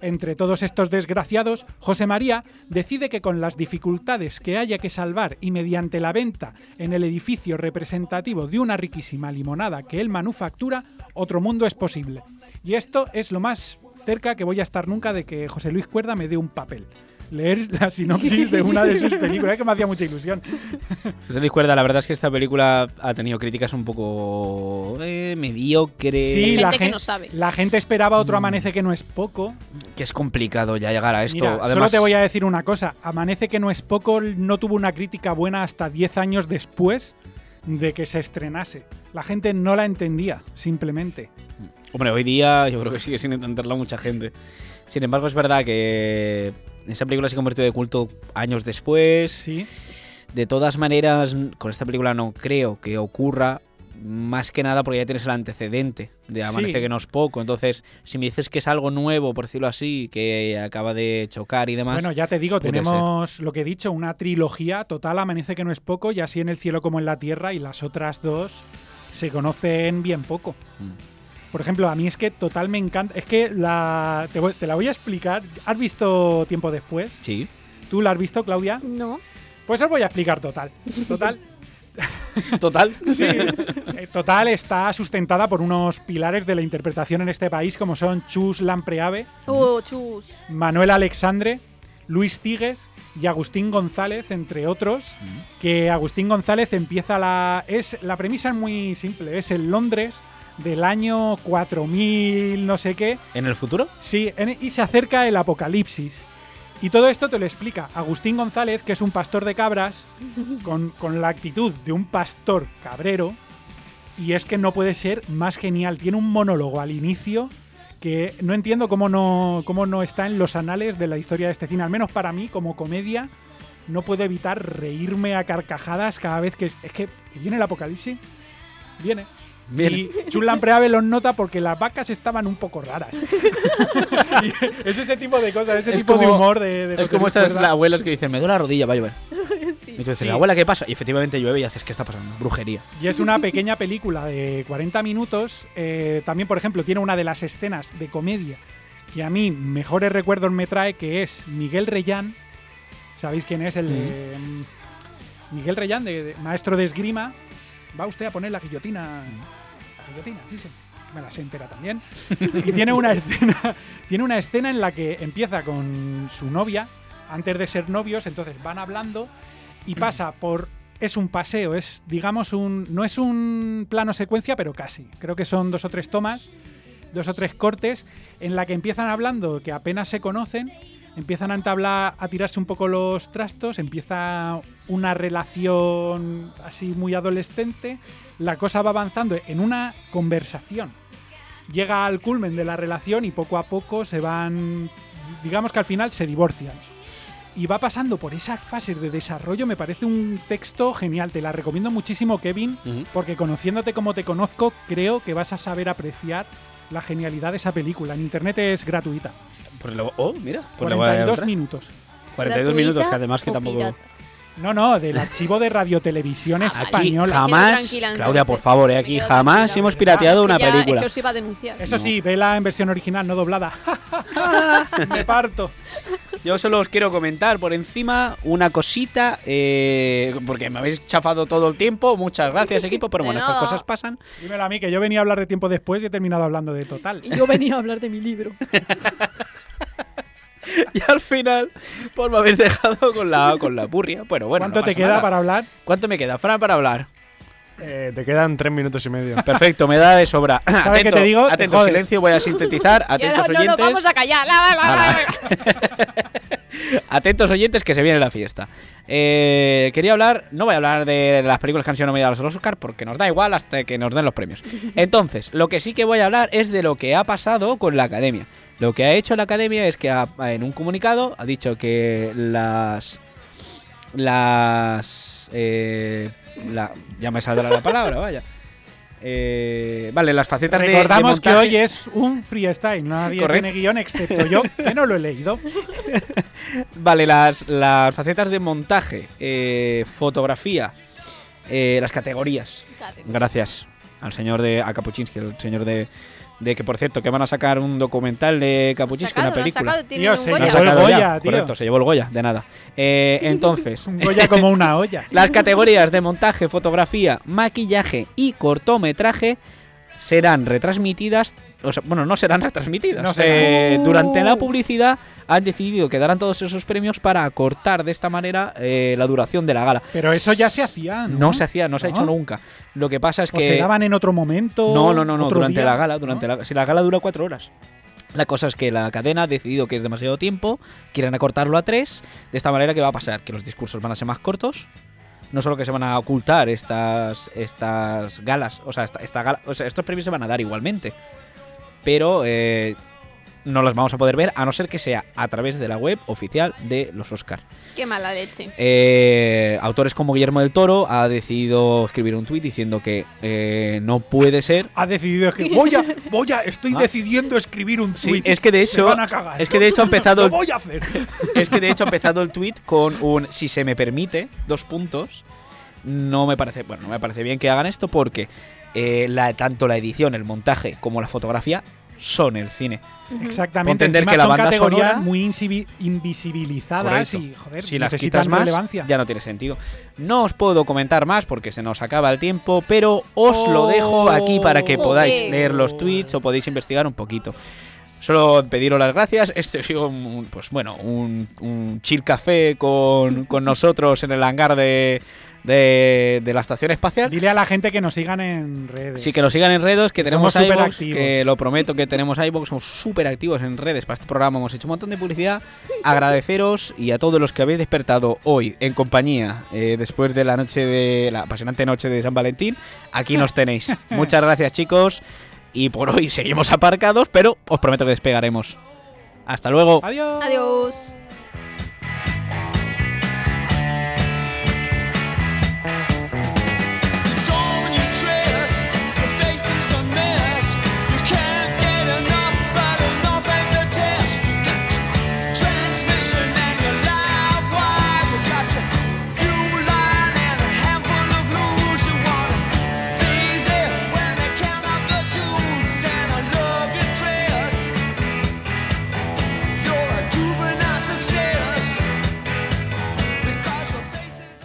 Speaker 4: Entre todos estos desgraciados, José María decide que con las dificultades que haya que salvar y mediante la venta en el edificio representativo de una riquísima limonada que él manufactura, otro mundo es posible. Y esto es lo más cerca que voy a estar nunca de que José Luis Cuerda me dé un papel. Leer la sinopsis de una de sus películas, que me hacía mucha ilusión.
Speaker 2: José Luis Cuerda, la verdad es que esta película ha tenido críticas un poco eh, mediocre.
Speaker 4: Sí,
Speaker 3: gente
Speaker 4: la,
Speaker 3: que
Speaker 4: gen-
Speaker 3: no sabe.
Speaker 4: la gente esperaba otro amanece que no es poco.
Speaker 2: Que es complicado ya llegar a esto.
Speaker 4: Mira, solo
Speaker 2: Además,
Speaker 4: te voy a decir una cosa. Amanece que no es poco, no tuvo una crítica buena hasta 10 años después de que se estrenase. La gente no la entendía, simplemente.
Speaker 2: Hombre, hoy día yo creo que sigue sin entenderla mucha gente. Sin embargo, es verdad que esa película se convirtió de culto años después.
Speaker 4: Sí.
Speaker 2: De todas maneras, con esta película no creo que ocurra. Más que nada porque ya tienes el antecedente de Amanece
Speaker 4: Sí.
Speaker 2: que no es poco. Entonces, si me dices que es algo nuevo, por decirlo así, que acaba de chocar y demás.
Speaker 4: Bueno, ya te digo,
Speaker 2: puede
Speaker 4: tenemos lo que he dicho, una trilogía total. Amanece que no es poco, y así en el cielo como en la tierra, y las otras dos se conocen bien poco.
Speaker 2: Mm.
Speaker 4: Por ejemplo, a mí es que total me encanta. Es que la, te, voy- te la voy a explicar. ¿Has visto tiempo después?
Speaker 2: Sí.
Speaker 4: ¿Tú la has visto, Claudia?
Speaker 3: No.
Speaker 4: Pues os voy a explicar total. Total.
Speaker 2: Total.
Speaker 4: Sí, eh, total está sustentada por unos pilares de la interpretación en este país como son Chus Lampreave,
Speaker 3: Oh, chus.
Speaker 4: Manuel Alexandre, Luis Cigues y Agustín González, entre otros, que Agustín González empieza la... Es, la premisa es muy simple, es en Londres del año 4000, no sé qué,
Speaker 2: ¿En el futuro?
Speaker 4: Sí, en- y se acerca el apocalipsis. Y todo esto te lo explica Agustín González, que es un pastor de cabras, con, con la actitud de un pastor cabrero. Y es que no puede ser más genial. Tiene un monólogo al inicio que no entiendo cómo no, cómo no está en los anales de la historia de este cine. Al menos para mí, como comedia, no puedo evitar reírme a carcajadas cada vez que... Es es que viene el apocalipsis. Viene.
Speaker 2: Bien.
Speaker 4: Y Chulan Preave los nota porque las vacas estaban un poco raras. Y es ese tipo de cosas, ese
Speaker 2: Es
Speaker 4: tipo de
Speaker 2: como-
Speaker 4: humor de, de
Speaker 2: Es
Speaker 4: José
Speaker 2: como
Speaker 4: Luis
Speaker 2: esas
Speaker 4: Cuerda.
Speaker 2: las abuelas que dicen, me duele la rodilla, va a llover.
Speaker 3: Sí.
Speaker 2: Y tú dices,
Speaker 4: Sí.
Speaker 2: la abuela, ¿qué pasa? Y efectivamente llueve y haces, ¿qué está pasando? Brujería.
Speaker 4: Y es una pequeña película de 40 minutos. Eh, también, por ejemplo, tiene una de las escenas de comedia que a mí mejores recuerdos me trae, que es Miguel Reyán. ¿Sabéis quién es? El de, mm, Miguel Reyán, de, de- maestro de esgrima. Va usted a poner la guillotina. La guillotina, sí, sí. Me la sé entera también. Y tiene una escena, tiene una escena en la que empieza con su novia, antes de ser novios, entonces van hablando y pasa por es un paseo, es digamos un no es un plano secuencia, pero casi. Creo que son dos o tres tomas, dos o tres cortes en la que empiezan hablando que apenas se conocen, empiezan a entablar a tirarse un poco los trastos, empieza una relación así muy adolescente, la cosa va avanzando en una conversación. Llega al culmen de la relación y poco a poco se van digamos que al final se divorcian y va pasando por esas fases de desarrollo. Me parece un texto genial. Te la recomiendo muchísimo, Kevin,
Speaker 2: Ujú.
Speaker 4: porque conociéndote como te conozco, creo que vas a saber apreciar la genialidad de esa película. En internet es gratuita.
Speaker 2: Pues lo- oh, mira. Pues le voy a dar
Speaker 4: 42
Speaker 2: otra.
Speaker 4: minutos.
Speaker 2: 42 minutos, que además que
Speaker 3: ¿Gratuita o
Speaker 2: tampoco...
Speaker 3: pirata?
Speaker 4: No, no, del archivo de
Speaker 2: Ah,
Speaker 4: Radiotelevisión
Speaker 3: vale.
Speaker 2: Aquí
Speaker 4: Española.
Speaker 2: jamás,
Speaker 3: tranquila, entonces.
Speaker 2: Claudia, por favor, eh, aquí
Speaker 3: Me quedo
Speaker 2: jamás
Speaker 3: tranquila.
Speaker 2: hemos pirateado una
Speaker 3: Que ya-
Speaker 2: película.
Speaker 3: Que os iba a denunciar.
Speaker 4: Eso
Speaker 2: No.
Speaker 4: sí, vela en versión original, no doblada. Me parto.
Speaker 2: Yo solo os quiero comentar por encima una cosita, eh, porque me habéis chafado todo el tiempo. Muchas gracias, equipo, pero
Speaker 3: De
Speaker 2: bueno, estas
Speaker 3: nada.
Speaker 2: cosas pasan.
Speaker 4: Dímelo a mí, que yo venía a hablar de tiempo después y he terminado hablando de total.
Speaker 3: Y yo venía a hablar de mi libro.
Speaker 2: Y al final, pues me habéis dejado con la, con la burria. Bueno, bueno.
Speaker 4: ¿Cuánto
Speaker 2: no
Speaker 4: te
Speaker 2: pasa
Speaker 4: queda
Speaker 2: nada.
Speaker 4: para hablar?
Speaker 2: ¿Cuánto me queda, Fran, para hablar?
Speaker 7: Eh, te quedan tres minutos y medio.
Speaker 2: Perfecto, me da de sobra.
Speaker 4: ¿Sabes
Speaker 2: atento,
Speaker 4: qué te digo? Te
Speaker 2: atento,
Speaker 4: jodes.
Speaker 2: silencio, voy a sintetizar.
Speaker 3: Y
Speaker 2: Atentos
Speaker 3: ahora no nos
Speaker 2: oyentes.
Speaker 3: vamos a callar. La, la, la, la, la.
Speaker 2: Atentos oyentes que se viene la fiesta. Eh, quería hablar, no voy a hablar de las películas que han sido nominadas a los Oscar porque nos da igual hasta que nos den los premios. Entonces, lo que sí que voy a hablar es de lo que ha pasado con la academia. Lo que ha hecho la academia es que ha- en un comunicado ha dicho que las. Las. eh, la- ya me saldrá la palabra, vaya. Eh, vale, las facetas de- de.
Speaker 4: Recordamos que
Speaker 2: montaje-
Speaker 4: hoy es un freestyle. Nadie
Speaker 2: Correcto.
Speaker 4: tiene guión excepto yo, que no lo he leído.
Speaker 2: Vale, las, las facetas de montaje, eh, fotografía, eh, las categorías. Gracias al señor de a Kapuczynski, el señor de, de que por cierto que van a sacar un documental de
Speaker 3: Lo han
Speaker 2: Kapuczynski,
Speaker 3: sacado,
Speaker 2: una
Speaker 3: lo han
Speaker 2: película.
Speaker 3: sacado, tiene
Speaker 4: Tío,
Speaker 3: un
Speaker 4: se
Speaker 2: Lo
Speaker 3: Goya.
Speaker 2: han
Speaker 4: Sacó el
Speaker 2: sacado ya,
Speaker 4: Goya, tío.
Speaker 2: correcto, se llevó el Goya, de nada. Eh, entonces,
Speaker 4: Un Goya como una olla.
Speaker 2: las categorías de montaje, fotografía, maquillaje y cortometraje serán retransmitidas. O sea, bueno, no serán retransmitidas.
Speaker 4: No serán.
Speaker 2: Eh,
Speaker 3: Uh.
Speaker 2: durante la publicidad han decidido que darán todos esos premios para acortar de esta manera eh, la duración de la gala.
Speaker 4: Pero eso ya se hacía, ¿no?
Speaker 2: se hacía, no se ha hecho
Speaker 4: No.
Speaker 2: nunca. Lo que pasa es
Speaker 4: O
Speaker 2: que.
Speaker 4: se daban en otro momento.
Speaker 2: No, no, no, no,
Speaker 4: otro
Speaker 2: durante
Speaker 4: día,
Speaker 2: la gala, durante
Speaker 4: ¿no?
Speaker 2: la, si la gala dura cuatro horas. La cosa es que la cadena ha decidido que es demasiado tiempo, quieren acortarlo a tres, de esta manera que va a pasar, que los discursos van a ser más cortos, no solo que se van a ocultar estas, estas galas, o sea, esta, esta gala- o sea, estos premios se van a dar igualmente, pero eh, no los vamos a poder ver a no ser que sea a través de la web oficial de los Oscar.
Speaker 3: Qué mala leche.
Speaker 2: Eh, autores como Guillermo del Toro ha decidido escribir un tuit diciendo que eh, no puede ser
Speaker 4: Ha decidido escribir. Voy a, voy a, estoy
Speaker 2: Ah.
Speaker 4: decidiendo escribir un
Speaker 2: Sí,
Speaker 4: tweet.
Speaker 2: es que de
Speaker 4: Se
Speaker 2: hecho-
Speaker 4: van a cagar.
Speaker 2: es que de hecho ha empezado-
Speaker 4: Lo voy a hacer.
Speaker 2: Es que de hecho ha empezado el tweet con un si se me permite, dos puntos. No me parece, bueno, no me parece bien que hagan esto porque eh, la, tanto la edición, el montaje como la fotografía son el cine.
Speaker 4: Exactamente.
Speaker 2: Entender
Speaker 4: Encima
Speaker 2: que la
Speaker 4: son
Speaker 2: banda
Speaker 4: categorías
Speaker 2: sonora-
Speaker 4: muy insibi- invisibilizadas
Speaker 2: Correcto.
Speaker 4: y, joder,
Speaker 2: si las
Speaker 4: necesitan
Speaker 2: quitas más,
Speaker 4: relevancia.
Speaker 2: ya no tiene sentido. No os puedo comentar más porque se nos acaba el tiempo, pero os lo
Speaker 4: Oh,
Speaker 2: dejo aquí para que
Speaker 3: Oh.
Speaker 2: podáis
Speaker 3: Joder.
Speaker 2: leer los tweets o podéis investigar un poquito. Solo pediros las gracias. Este ha sido un, pues bueno, un, un chill café con, con nosotros en el hangar de, de, de la estación espacial.
Speaker 4: Dile a la gente que nos sigan en redes.
Speaker 2: Sí, que nos sigan en redes, que
Speaker 4: Que
Speaker 2: tenemos
Speaker 4: somos
Speaker 2: iVoox,
Speaker 4: superactivos.
Speaker 2: que lo prometo que tenemos iVoox, somos súper activos en redes para este programa, hemos hecho un montón de publicidad. Agradeceros y a todos los que habéis despertado hoy en compañía, eh, después de la noche de la apasionante noche de San Valentín, aquí nos tenéis. Muchas gracias chicos y por hoy seguimos aparcados, pero os prometo que despegaremos. Hasta luego.
Speaker 4: Adiós.
Speaker 3: Adiós.
Speaker 8: Because your face is